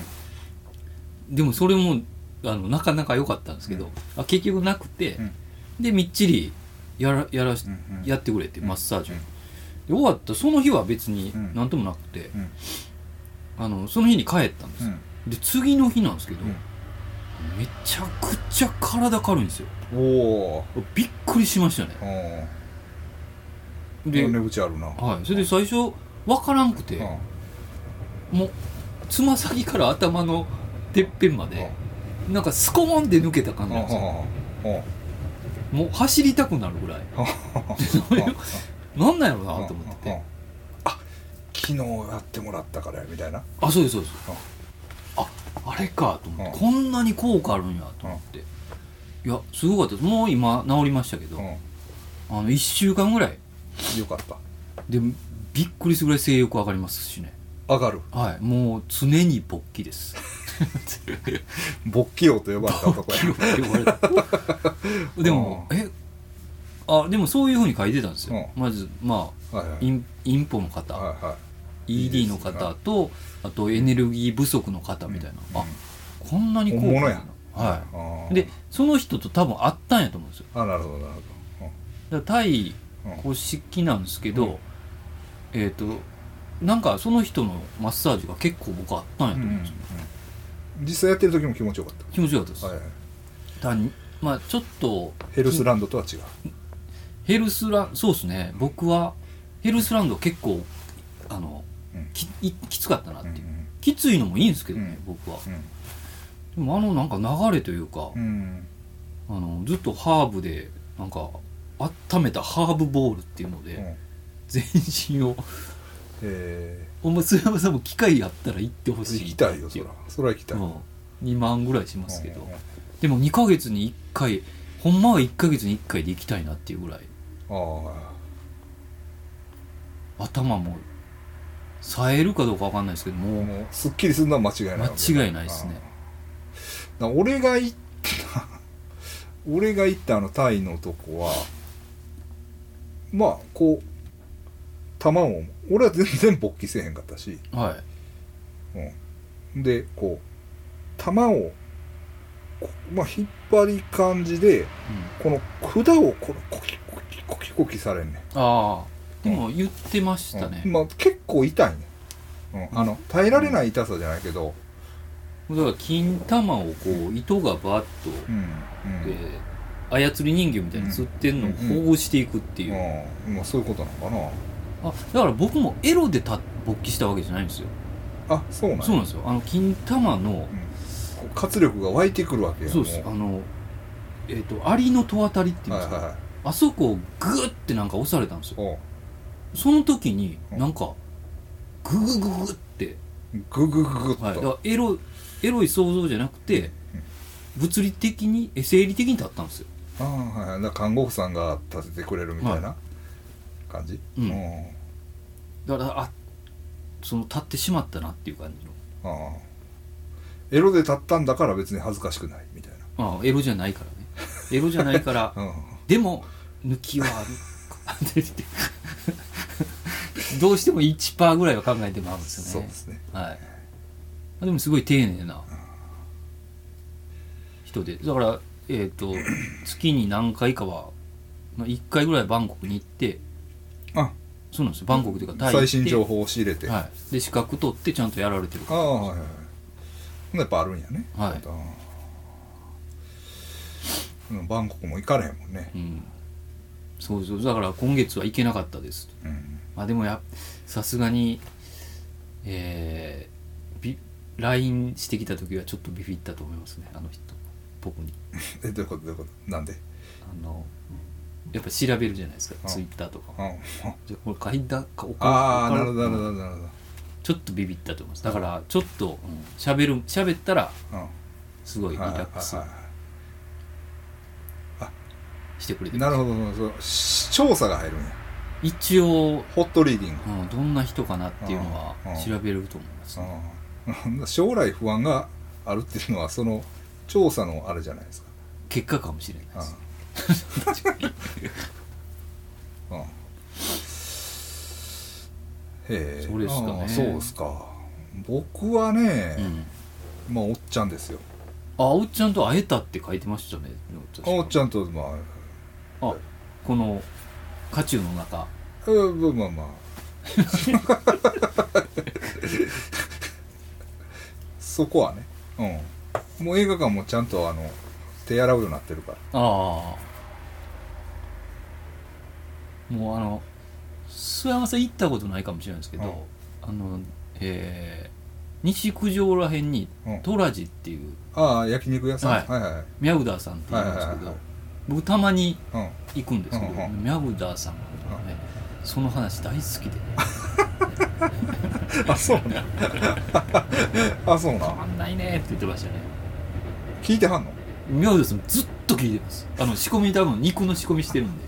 Speaker 2: でもそれもあのなかなか良かったんですけど、あ結局なくて、
Speaker 1: うん
Speaker 2: でみっちりやらやらし、
Speaker 1: うんうん
Speaker 2: やってくれってマッサージを、
Speaker 1: うん
Speaker 2: で終わったその日は別に
Speaker 1: うん
Speaker 2: 何ともなくて、
Speaker 1: うん
Speaker 2: あのその日に帰ったんです、
Speaker 1: うん
Speaker 2: で次の日なんですけど、
Speaker 1: うん
Speaker 2: めちゃくちゃ体軽いんですよ
Speaker 1: おー
Speaker 2: びっくりしましたね
Speaker 1: おー
Speaker 2: で、
Speaker 1: で値打ちあるな
Speaker 2: はい、それで最初わからんくて、
Speaker 1: うん
Speaker 2: もうつま先から頭のてっぺんまで
Speaker 1: う
Speaker 2: なんかスコーンって抜けた感
Speaker 1: ん
Speaker 2: じ
Speaker 1: うん
Speaker 2: なんですよ
Speaker 1: うんうん
Speaker 2: もう走りたくなるぐらい
Speaker 1: うん
Speaker 2: で なんなんやろうな
Speaker 1: う
Speaker 2: と思って
Speaker 1: んうんう
Speaker 2: て
Speaker 1: んあ昨日やってもらったからやみたいな
Speaker 2: あそうですそうですああれかと思っ
Speaker 1: うん
Speaker 2: てこんなに効果あるんやと思っていやすごかったですもう今治りましたけど
Speaker 1: うん
Speaker 2: あの1週間ぐらい
Speaker 1: よかった
Speaker 2: でびっくりするぐらい性欲上がりますしね
Speaker 1: 上がる
Speaker 2: はいもう常に勃起です
Speaker 1: 勃起王と呼ばれた男や
Speaker 2: 勃起をって言われた でもえあでもそういうふうに書いてたんですよ、まずまあ
Speaker 1: はいはい
Speaker 2: インインポの方、
Speaker 1: はいはい
Speaker 2: ED の方とあとエネルギー不足の方みたいな、あこんなに
Speaker 1: 本
Speaker 2: 効
Speaker 1: 物
Speaker 2: 果
Speaker 1: や
Speaker 2: は
Speaker 1: あー
Speaker 2: いでその人と多分あったんやと思うんですよ
Speaker 1: あなるほどなるほ
Speaker 2: だから対
Speaker 1: どうんうん
Speaker 2: 公式なんですけど、
Speaker 1: うん
Speaker 2: えっ、となんかその人のマッサージが結構僕あったんやと
Speaker 1: うんう
Speaker 2: 思うん
Speaker 1: ん
Speaker 2: ですよ、
Speaker 1: うん実際やってる時も気持ちよかっ
Speaker 2: 気持ちよかったです、
Speaker 1: たはいはい
Speaker 2: だからまあちょっと
Speaker 1: ヘルスランドとは違う
Speaker 2: ヘルスランそうですね僕はヘルスランド結構あの
Speaker 1: うん
Speaker 2: きいきつかったなっ
Speaker 1: うん
Speaker 2: ていう、きついのもいいんですけどね、僕は
Speaker 1: うん
Speaker 2: でもあのなんか流れというか
Speaker 1: う、ん
Speaker 2: あのずっとハーブでなんか温めたハーブボールっていうので、
Speaker 1: うん
Speaker 2: 全身を
Speaker 1: え
Speaker 2: ほんま鶴山さんも機会あったら行ってほ
Speaker 1: ー
Speaker 2: しい
Speaker 1: 行きたいよそ
Speaker 2: そ
Speaker 1: らそら行きたい
Speaker 2: うん、2万ぐらいしますけど、
Speaker 1: うんうんうん
Speaker 2: でも2ヶ月に1回ほんまは1ヶ月に1回で行きたいなっていうぐらい
Speaker 1: あ
Speaker 2: 頭も冴えるかどうかわかんないですけど
Speaker 1: あ
Speaker 2: もう
Speaker 1: もうすっきりするのは間違いないわけ
Speaker 2: 間違いないですね
Speaker 1: あーな俺が行った 俺が行ったあのタイのとこはまあこう玉を俺は全然勃起せえへんかったし、
Speaker 2: は
Speaker 1: うん、でこう玉をこまあ、引っ張り感じでこの管をこのコキコキコキコキされんね
Speaker 2: ああでも言ってましたね
Speaker 1: ん、、まあ、結構痛いね、うん、あの耐えられない痛さじゃないけど、
Speaker 2: だから金玉をこう糸がバッと、
Speaker 1: うんうん
Speaker 2: で操り人形みたいに釣ってんのを
Speaker 1: うん
Speaker 2: 保護していくっていう、
Speaker 1: うんまあ、そういうことなのか
Speaker 2: あだから僕もエロでた勃起したわけじゃないんですよ、
Speaker 1: なあそうなんや
Speaker 2: そうなんですよあの金玉の、
Speaker 1: こう活力が湧いてくるわけや
Speaker 2: そうですあ
Speaker 1: も
Speaker 2: のえっ、とアリの戸当たりっていうん
Speaker 1: はい
Speaker 2: です
Speaker 1: はい
Speaker 2: か、
Speaker 1: は
Speaker 2: あそこをグーってなんか押されたんですよ
Speaker 1: いおう
Speaker 2: その時に
Speaker 1: うん
Speaker 2: なんかググググって、
Speaker 1: ググググ
Speaker 2: はい、
Speaker 1: ッ
Speaker 2: だ
Speaker 1: と、
Speaker 2: からエロエロい想像じゃなくて物理的にえ生理的に立ったんですよ
Speaker 1: ああはいはいだから看護婦さんが立ててくれるみたいな感じ、
Speaker 2: うん
Speaker 1: うん
Speaker 2: だからあその立ってしまったなっていう感じの
Speaker 1: ああエロで立ったんだから別に恥ずかしくないみたい
Speaker 2: ああエロじゃないからね エロじゃないから
Speaker 1: な、うん、
Speaker 2: でも抜きはある か出てどうしても1%ぐらいは考えてもあるんです
Speaker 1: そ
Speaker 2: よ
Speaker 1: う
Speaker 2: ね
Speaker 1: ですね
Speaker 2: はいあでもすごい丁寧な人でだからえっ、と月に何回かは1回ぐらいバンコクに行って
Speaker 1: あ
Speaker 2: そうなんですよバンコクというかタイ行
Speaker 1: 最
Speaker 2: って
Speaker 1: 新情報を仕入れて、
Speaker 2: はい、で資格取ってちゃんとやられてる
Speaker 1: あ
Speaker 2: か
Speaker 1: あはいはいほんでやっぱあるんやね
Speaker 2: らはい、
Speaker 1: ああうんバンコクも行かれへんもんね
Speaker 2: うん、そうそうだから今月は行けなかったです
Speaker 1: うん
Speaker 2: まあでもやさすがにえーび LINE してきた時はちょっとビビったと思いますねあの人僕に
Speaker 1: えどういうことどういうことなんで
Speaker 2: あのやっぱ調べるじゃないです
Speaker 1: あ
Speaker 2: かツイッターとか
Speaker 1: うん
Speaker 2: じゃあこれ書いたかおか
Speaker 1: ああ
Speaker 2: お
Speaker 1: な
Speaker 2: か
Speaker 1: るほどなるほどなるほど
Speaker 2: ちょっとビビったと思いますだからちょっとうん喋、る喋ったら
Speaker 1: うん
Speaker 2: すごいリラックス
Speaker 1: はいはいはいは
Speaker 2: してくれて
Speaker 1: い
Speaker 2: ま
Speaker 1: な
Speaker 2: す
Speaker 1: るほどなるほどし調査が入るんや
Speaker 2: 一応、
Speaker 1: ホットリーディング
Speaker 2: うん、どんな人かなっていうのは
Speaker 1: ああ
Speaker 2: 調べれると思います、
Speaker 1: うん 将来不安があるっていうのはその調査のあれじゃないですか
Speaker 2: 結果かもしれないです、
Speaker 1: うん、うん、 へえ
Speaker 2: そうですかね
Speaker 1: ああそうですか僕はね、
Speaker 2: うん
Speaker 1: まあおっちゃんですよ
Speaker 2: あおっちゃんと会えたって書いてましたね
Speaker 1: おっち
Speaker 2: ゃ
Speaker 1: ゃ
Speaker 2: ん
Speaker 1: んとまあ
Speaker 2: この渦中の中
Speaker 1: えーまあ まあまあそこはねうんもう映画館もちゃんとあの手洗うようになってるから
Speaker 2: ああもうあの諏山さん行ったことないかもしれないですけど、あのえー西九条らへんに
Speaker 1: うん
Speaker 2: トラジっていう
Speaker 1: ああ焼肉屋さん、は、
Speaker 2: はいい
Speaker 1: はいはい
Speaker 2: ミャウダーさんっていうんですけ
Speaker 1: はいはいはい
Speaker 2: ど
Speaker 1: はい
Speaker 2: 僕たまに
Speaker 1: うん
Speaker 2: 行くんですけど、
Speaker 1: うんうん
Speaker 2: ミャウダーさんがね、その話大好きで、ね、
Speaker 1: あそうな あそう
Speaker 2: た
Speaker 1: な
Speaker 2: まんないねって言ってましたね
Speaker 1: 聞いてはんの
Speaker 2: 宮田さんずっと聞いてますあの仕込み多分肉の仕込みしてるんで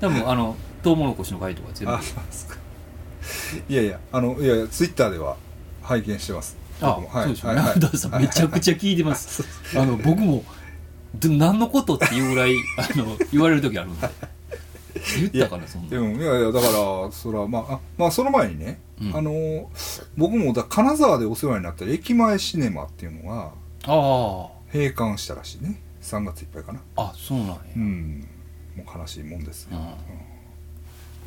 Speaker 2: 多分あのトウモロコシの回とか全部
Speaker 1: あそうですかいやいやあのいやいやツイッターでは拝見してます
Speaker 2: あ
Speaker 1: 僕もはい
Speaker 2: そうでしょ
Speaker 1: はい
Speaker 2: 宮
Speaker 1: はい
Speaker 2: 田さんめちゃくちゃ聞いてます
Speaker 1: は
Speaker 2: あの僕もど何のことっていうぐらいあの言われる時あるんで言ったかなそん
Speaker 1: で
Speaker 2: な
Speaker 1: もいやいやだからそらまああまあその前にね、
Speaker 2: うん
Speaker 1: あの僕もだ金沢でお世話になった駅前シネマっていうのが
Speaker 2: あ
Speaker 1: 閉館したらしいね3月いっぱいかな
Speaker 2: ああそうなんや
Speaker 1: うんもう悲しいもんですよ、
Speaker 2: うん
Speaker 1: ま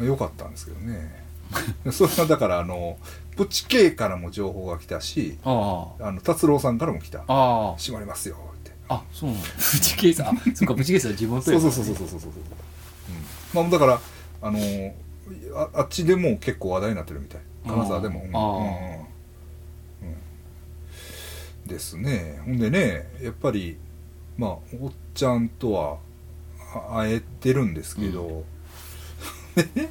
Speaker 1: あ、よかったんですけどね それはだからあのプチ K からも情報が来たし
Speaker 2: あ
Speaker 1: あの達郎さんからも来た
Speaker 2: ああ
Speaker 1: 閉まりますよって
Speaker 2: ああそうなんやプチケースあそっかプチケースは自分と
Speaker 1: そう
Speaker 2: やか
Speaker 1: そう
Speaker 2: ら
Speaker 1: そうそうそうそうそう、うん、まあだからあのーああっちでも結構話題になってるみたい金沢でもうん
Speaker 2: あー
Speaker 1: うんうんですねほんでねやっぱりまあおっちゃんとはあ会えてるんですけど、 でね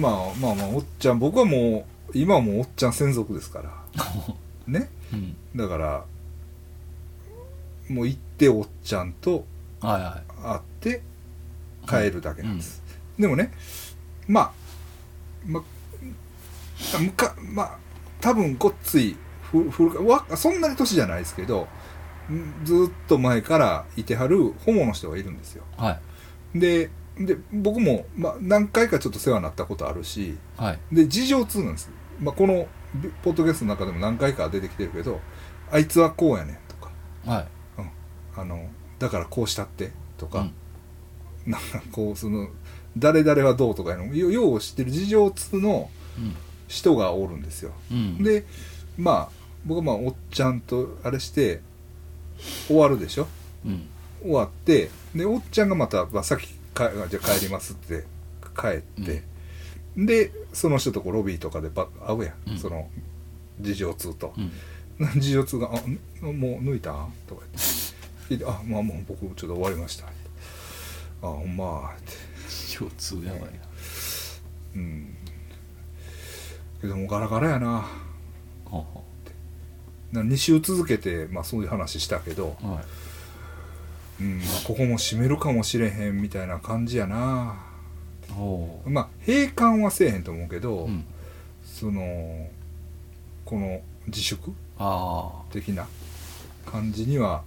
Speaker 1: まあまあまあおっちゃん僕はもう今はもうおっちゃん専属ですからね
Speaker 2: うん
Speaker 1: だからもう行っておっちゃんと
Speaker 2: はいは
Speaker 1: あって帰るだけなんです、でもねまあまあむかまあ多分ごっついふ古かわそんなに年じゃないですけどんずーっと前からいてはるホモの人がいるんですよ
Speaker 2: いはい
Speaker 1: でで僕も、まあ、何回かちょっと世話になったことあるし
Speaker 2: はい
Speaker 1: で事情通なんです、まあ、このポッドキャストの中でも何回か出てきてるけどあいつはこうやねんとか
Speaker 2: はい
Speaker 1: あのだからこうしたってと
Speaker 2: う
Speaker 1: か
Speaker 2: ん、
Speaker 1: なんかこうその誰々はどうとかいうのよよう知ってる事情通の人がおるんですよ
Speaker 2: うん
Speaker 1: でまあ僕はまあおっちゃんとあれして終わるでしょ
Speaker 2: うん
Speaker 1: 終わってでおっちゃんがまた、まあ、さっきかじゃあ帰りますって帰って、でその人とこうロビーとかでば会うやん、
Speaker 2: うん
Speaker 1: その事情通と
Speaker 2: う、ん
Speaker 1: 事情通が「あんもう抜いた?」とか言って聞いて「あまあもう僕ちょっと終わりました」あほんま」って
Speaker 2: 腰痛やばいな
Speaker 1: 「うんけどもうガラガラやな」
Speaker 2: はは
Speaker 1: な2週続けて、まあ、そういう話したけど、
Speaker 2: は
Speaker 1: う
Speaker 2: い
Speaker 1: んまあ、ここも閉めるかもしれへんみたいな感じやな
Speaker 2: おー
Speaker 1: まあ閉館はせえへんと思うけど、
Speaker 2: うん
Speaker 1: そのこの自粛
Speaker 2: あ
Speaker 1: 的な感じには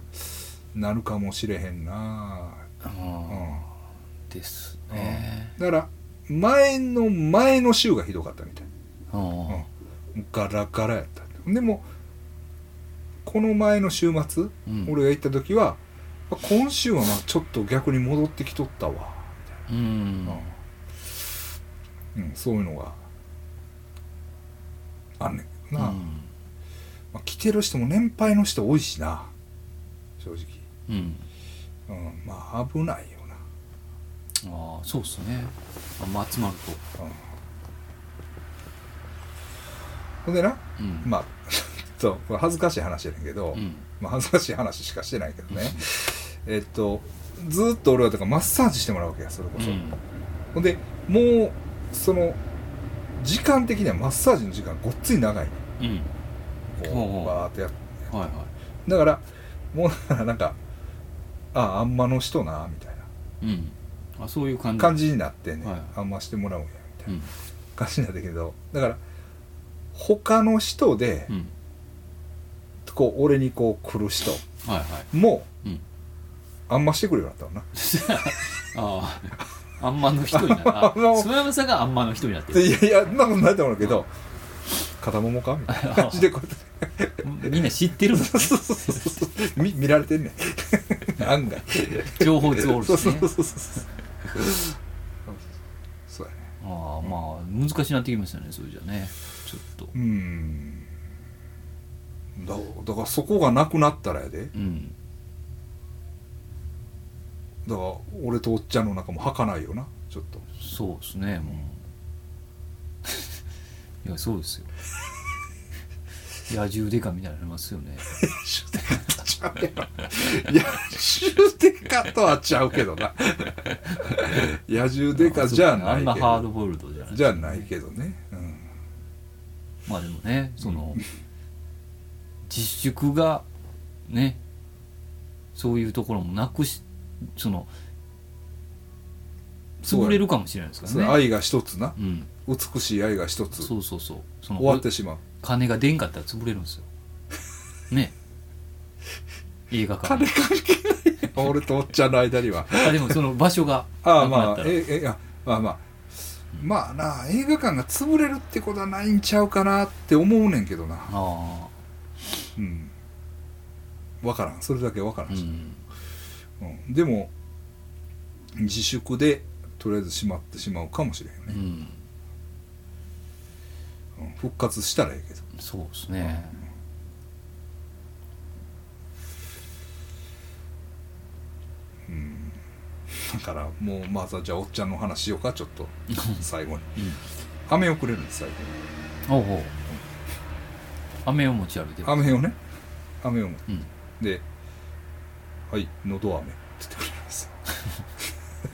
Speaker 1: なるかもしれへんな、
Speaker 2: あ
Speaker 1: うん
Speaker 2: うんですね
Speaker 1: だから前の前の週がひどかったみたい、
Speaker 2: うん
Speaker 1: うんガラガラやったでもこの前の週末、
Speaker 2: うん
Speaker 1: 俺が行った時はあ今週はまあちょっと逆に戻ってきとったわみたいな
Speaker 2: うん
Speaker 1: うんうん、そういうのがあんねんな、
Speaker 2: うん
Speaker 1: まあ、来てる人も年配の人多いしな正直、
Speaker 2: うん
Speaker 1: うん、まあ危ないよ
Speaker 2: ああそうっすねあんま集まると
Speaker 1: な、うん、ほんでな
Speaker 2: うん
Speaker 1: まあ ちょっとこれ恥ずかしい話やねんけど、
Speaker 2: うん
Speaker 1: まあ、恥ずかしい話しかしてないけどねえっとずーっと俺はだからマッサージしてもらうわけやそれこ
Speaker 2: う
Speaker 1: そ、
Speaker 2: ん
Speaker 1: ほんでもうその時間的にはマッサージの時間ごっつい長いね
Speaker 2: うんほうほ
Speaker 1: こ
Speaker 2: う
Speaker 1: うバーってやって
Speaker 2: はいはい
Speaker 1: だからもうなんかああんまの人なみたい
Speaker 2: うんあそういう感
Speaker 1: な
Speaker 2: じ
Speaker 1: 感じになってね、
Speaker 2: はい
Speaker 1: あんましてもらうんやみた
Speaker 2: う
Speaker 1: いなん感じになったけどだから他の人で、
Speaker 2: うん
Speaker 1: こう俺にこう来る人
Speaker 2: はいはい
Speaker 1: も
Speaker 2: うん
Speaker 1: あんましてくれようになったの
Speaker 2: あ ああんまの人になったあ
Speaker 1: もう
Speaker 2: 諏訪山さんがあんまの人になって
Speaker 1: な
Speaker 2: る
Speaker 1: いやいやそんなことないと思うけど肩ももかみたいな感じでこうやって
Speaker 2: みんな知ってるんだね
Speaker 1: そうそうそうそう見見られてんねん案外
Speaker 2: 情報通おるし
Speaker 1: そうそう
Speaker 2: ね
Speaker 1: そうそうそうそうやね
Speaker 2: ああまあ難しくなってきましたねそれじゃねちょっと
Speaker 1: うんだだからそこがなくなったらやで
Speaker 2: うん
Speaker 1: だから俺とおっちゃんの中もはかないよなちょっと
Speaker 2: そう ですねもういやそうですよ野獣デカみたいになりますよね
Speaker 1: 野獣でかとはちゃうけどな野獣でかじゃない
Speaker 2: あん
Speaker 1: け
Speaker 2: なハー
Speaker 1: ど
Speaker 2: ドボイルドじゃない
Speaker 1: じゃないけどね、うん、
Speaker 2: まあでもねその自粛がねそういうところもなくしその潰れるかもしれないです
Speaker 1: そ
Speaker 2: か
Speaker 1: れ
Speaker 2: らね
Speaker 1: 愛が一つな
Speaker 2: うん
Speaker 1: 美しい愛が一つ終
Speaker 2: そうそうそうその
Speaker 1: わってしまう
Speaker 2: 金が出んかったら潰れる んですよね映画館
Speaker 1: 金関係ないよ俺とおっちゃんの間には
Speaker 2: あでもその場所が
Speaker 1: あ あ
Speaker 2: なくな
Speaker 1: ま
Speaker 2: っ
Speaker 1: あ
Speaker 2: たら
Speaker 1: ええあまあまあまあなあ映画館が潰れるってことはないんちゃうかなって思うねんけどな
Speaker 2: あ
Speaker 1: うん分からんそれだけ分から
Speaker 2: あうん
Speaker 1: し、
Speaker 2: ん
Speaker 1: うんでも自粛でとりあえず閉まってしまうかもしれへん
Speaker 2: う
Speaker 1: ね、
Speaker 2: ん
Speaker 1: うん復活したらいいけど
Speaker 2: そうですね
Speaker 1: だからもうまずはじゃあおっちゃんの話しようかちょっ と
Speaker 2: うん
Speaker 1: 最後に
Speaker 2: うん
Speaker 1: 飴をくれるんです最後に
Speaker 2: おうおう飴を持ち歩いてる
Speaker 1: 飴をね飴を持って
Speaker 2: うん
Speaker 1: で「はいのど飴」って言ってくれます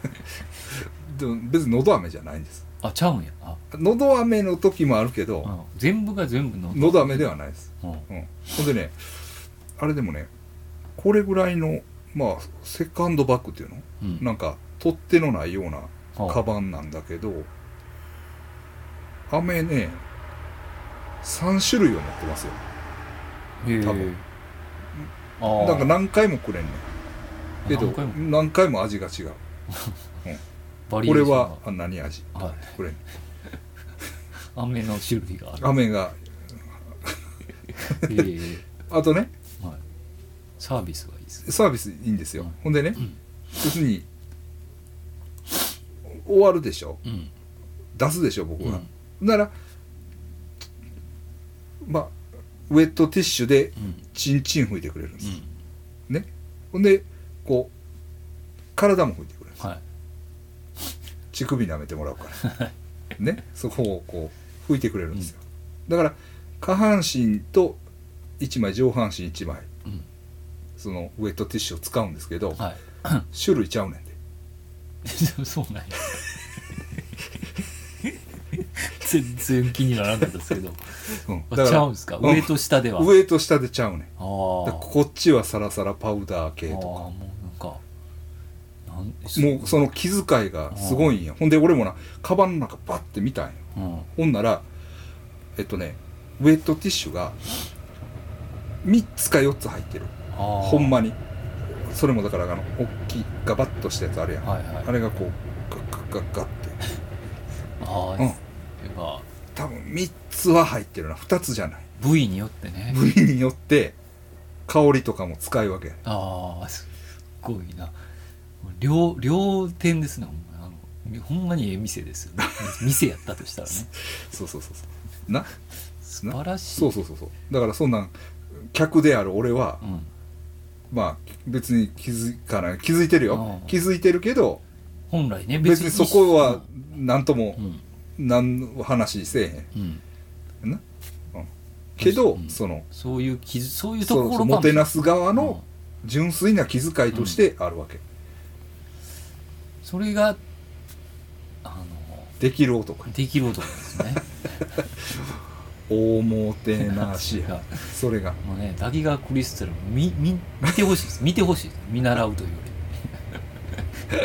Speaker 1: でも別にのど飴じゃないんです
Speaker 2: あちゃうんやあ
Speaker 1: のど飴の時もあるけど
Speaker 2: うん全部が全部の
Speaker 1: のど飴ではないです、
Speaker 2: うん
Speaker 1: うん、ほんでねあれでもねこれぐらいのまあセカンドバッグっていうの
Speaker 2: うん
Speaker 1: なんか取っ手のないような
Speaker 2: はあ
Speaker 1: カバンなんだけど飴ね3種類を持ってますよ
Speaker 2: へえ
Speaker 1: 多分
Speaker 2: ああ
Speaker 1: なんか何回もくれんねんけど
Speaker 2: 何回も
Speaker 1: 何回も味が違う
Speaker 2: バリエ
Speaker 1: これ
Speaker 2: ーションが
Speaker 1: はあ何味
Speaker 2: はい
Speaker 1: これ
Speaker 2: 飴の種類がある
Speaker 1: 飴が
Speaker 2: へえ
Speaker 1: あとね
Speaker 2: はいサービスがいいス
Speaker 1: サービスいいんですよ、
Speaker 2: うん
Speaker 1: ほんでね、
Speaker 2: ん
Speaker 1: 要するに終わるでしょ
Speaker 2: うん
Speaker 1: 出すでしょ僕が、ならまあウェットティッシュで
Speaker 2: うん
Speaker 1: チンチン拭いてくれるんで
Speaker 2: う
Speaker 1: す、
Speaker 2: ん
Speaker 1: ねほんでこう体も拭いてくれるんです
Speaker 2: はい
Speaker 1: 乳首舐めてもらう からねそこをこう拭いてくれるんですよ、だから下半身と1枚上半身1枚
Speaker 2: うん
Speaker 1: そのウェットティッシュを使うんですけど、
Speaker 2: はい
Speaker 1: 種類ちゃうねんで
Speaker 2: そうなんや全然気にならなかったですけど
Speaker 1: うん、
Speaker 2: あ
Speaker 1: だ
Speaker 2: ち
Speaker 1: か
Speaker 2: ゃ
Speaker 1: ら
Speaker 2: うんですか
Speaker 1: うん
Speaker 2: 上と下ではあ
Speaker 1: 上と下でちゃうねん
Speaker 2: あ
Speaker 1: だ
Speaker 2: ー
Speaker 1: からこっちはサラサラパウダー系
Speaker 2: あー
Speaker 1: と
Speaker 2: もうなんかなん
Speaker 1: もうその気遣いがすごいんやほんで俺もなカバンの中バッて見たんよ
Speaker 2: うん
Speaker 1: ほんならえっとねウェットティッシュが3つか4つ入ってるほんまにそれもだからあの大きいガバッとしたやつあるやん、
Speaker 2: はいはい
Speaker 1: あれがこうガッガッガッガッって
Speaker 2: ああ、
Speaker 1: うん
Speaker 2: やっぱ
Speaker 1: 多分3つは入ってるな2つじゃない
Speaker 2: 部位によってね
Speaker 1: 部位によって香りとかも使い分け
Speaker 2: ああすっごいな両両店ですねほんまあのみほんまにええ店ですよね店やったとし たらね
Speaker 1: そうそうそうそうな
Speaker 2: 素晴らしい
Speaker 1: そうそうそうそうだからそんなん客である俺は、
Speaker 2: うん
Speaker 1: まあ別に気づかない気づいてるよ
Speaker 2: うん
Speaker 1: 気づいてるけど
Speaker 2: 本来ね
Speaker 1: 別にそこは何とも
Speaker 2: うん
Speaker 1: 何の話せえ
Speaker 2: うん
Speaker 1: へんな、うん、けど、
Speaker 2: うん
Speaker 1: その
Speaker 2: そういう傷そういう
Speaker 1: そ
Speaker 2: とこ
Speaker 1: う
Speaker 2: ろ
Speaker 1: そう
Speaker 2: か
Speaker 1: もてな
Speaker 2: し
Speaker 1: す側
Speaker 2: れない
Speaker 1: の純粋な気遣いとしてあるわけ、
Speaker 2: うんそれがあ
Speaker 1: できる男
Speaker 2: のできる男ですね
Speaker 1: おもてな しや
Speaker 2: が
Speaker 1: それが
Speaker 2: もうねダギガクリスタル見見見てほしいです見てほしいです見習うというより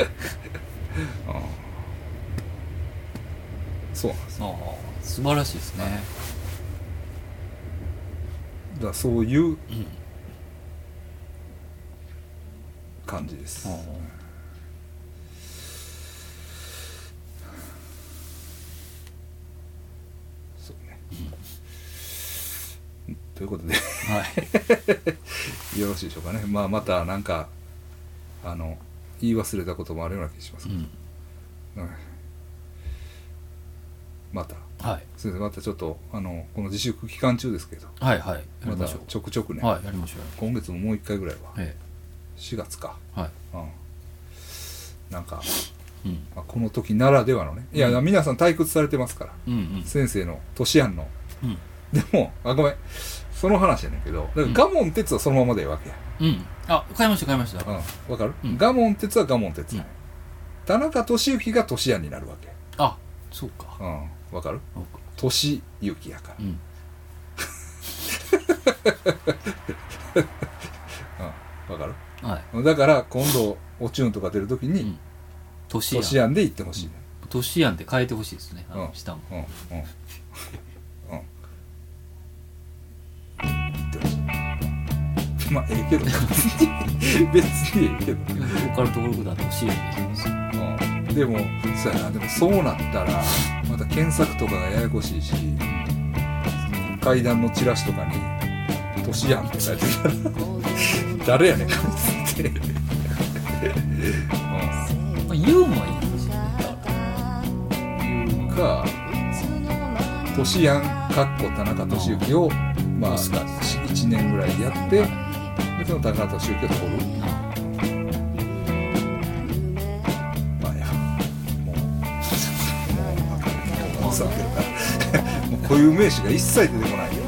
Speaker 1: そうなんですよ
Speaker 2: ああ素晴らしいですね、
Speaker 1: だからそういう
Speaker 2: うん
Speaker 1: 感じです、そうね、ということで
Speaker 2: はい
Speaker 1: よろしいでしょうかねまあまたなんかあの言い忘れたこともあるような気がします
Speaker 2: う
Speaker 1: けど、
Speaker 2: ん
Speaker 1: うんまた
Speaker 2: はい
Speaker 1: すいませんまたちょっとあのこの自粛期間中ですけど
Speaker 2: はいはいやり
Speaker 1: また
Speaker 2: ましょ
Speaker 1: ちょくちょくね、
Speaker 2: うはいやりましょう
Speaker 1: 今月ももう一回ぐらいは
Speaker 2: え
Speaker 1: 4月か、
Speaker 2: えは
Speaker 1: うん、なんか、
Speaker 2: いうん
Speaker 1: まあこの時ならではのねいや、
Speaker 2: うん
Speaker 1: 皆さん退屈されてますから
Speaker 2: うんうん
Speaker 1: 先生のとしあんの
Speaker 2: うん
Speaker 1: でもあごめんその話やねんけどだから我門鉄はそのままでいいわけや、
Speaker 2: うんあ買いました買いました
Speaker 1: うん、わかる、
Speaker 2: うん
Speaker 1: 我門鉄は我門鉄、
Speaker 2: うん
Speaker 1: 田中俊之がとしあんになるわけ
Speaker 2: あそうか
Speaker 1: うんわかる
Speaker 2: そうか
Speaker 1: 俊之やから
Speaker 2: う、ん
Speaker 1: うん、わか
Speaker 2: はい
Speaker 1: るだから今度おチューンとか出る時
Speaker 2: う
Speaker 1: に
Speaker 2: ん年
Speaker 1: と
Speaker 2: や
Speaker 1: しあんで行ってほしいね、
Speaker 2: 年やんって変えてほしいですねあの
Speaker 1: うん
Speaker 2: 下も
Speaker 1: うんうんうんってほしいまあええけど 別にええけど、
Speaker 2: でもここから登録だと年やんって言いますよ
Speaker 1: うん、でもそうやなでもそうなったらまた検索とかがややこしいし階段のチラシとかに「年やん」って書いてたら 誰やねんこいつって、 うん、
Speaker 2: まあユーモアいいですよ
Speaker 1: か年やんかっこ田中俊之をまあ
Speaker 2: オスカー
Speaker 1: 1年ぐらいやってでその田中俊之を取るまあいやもうもうもうもうもうもうもうもう固有名詞が一切出てこないよ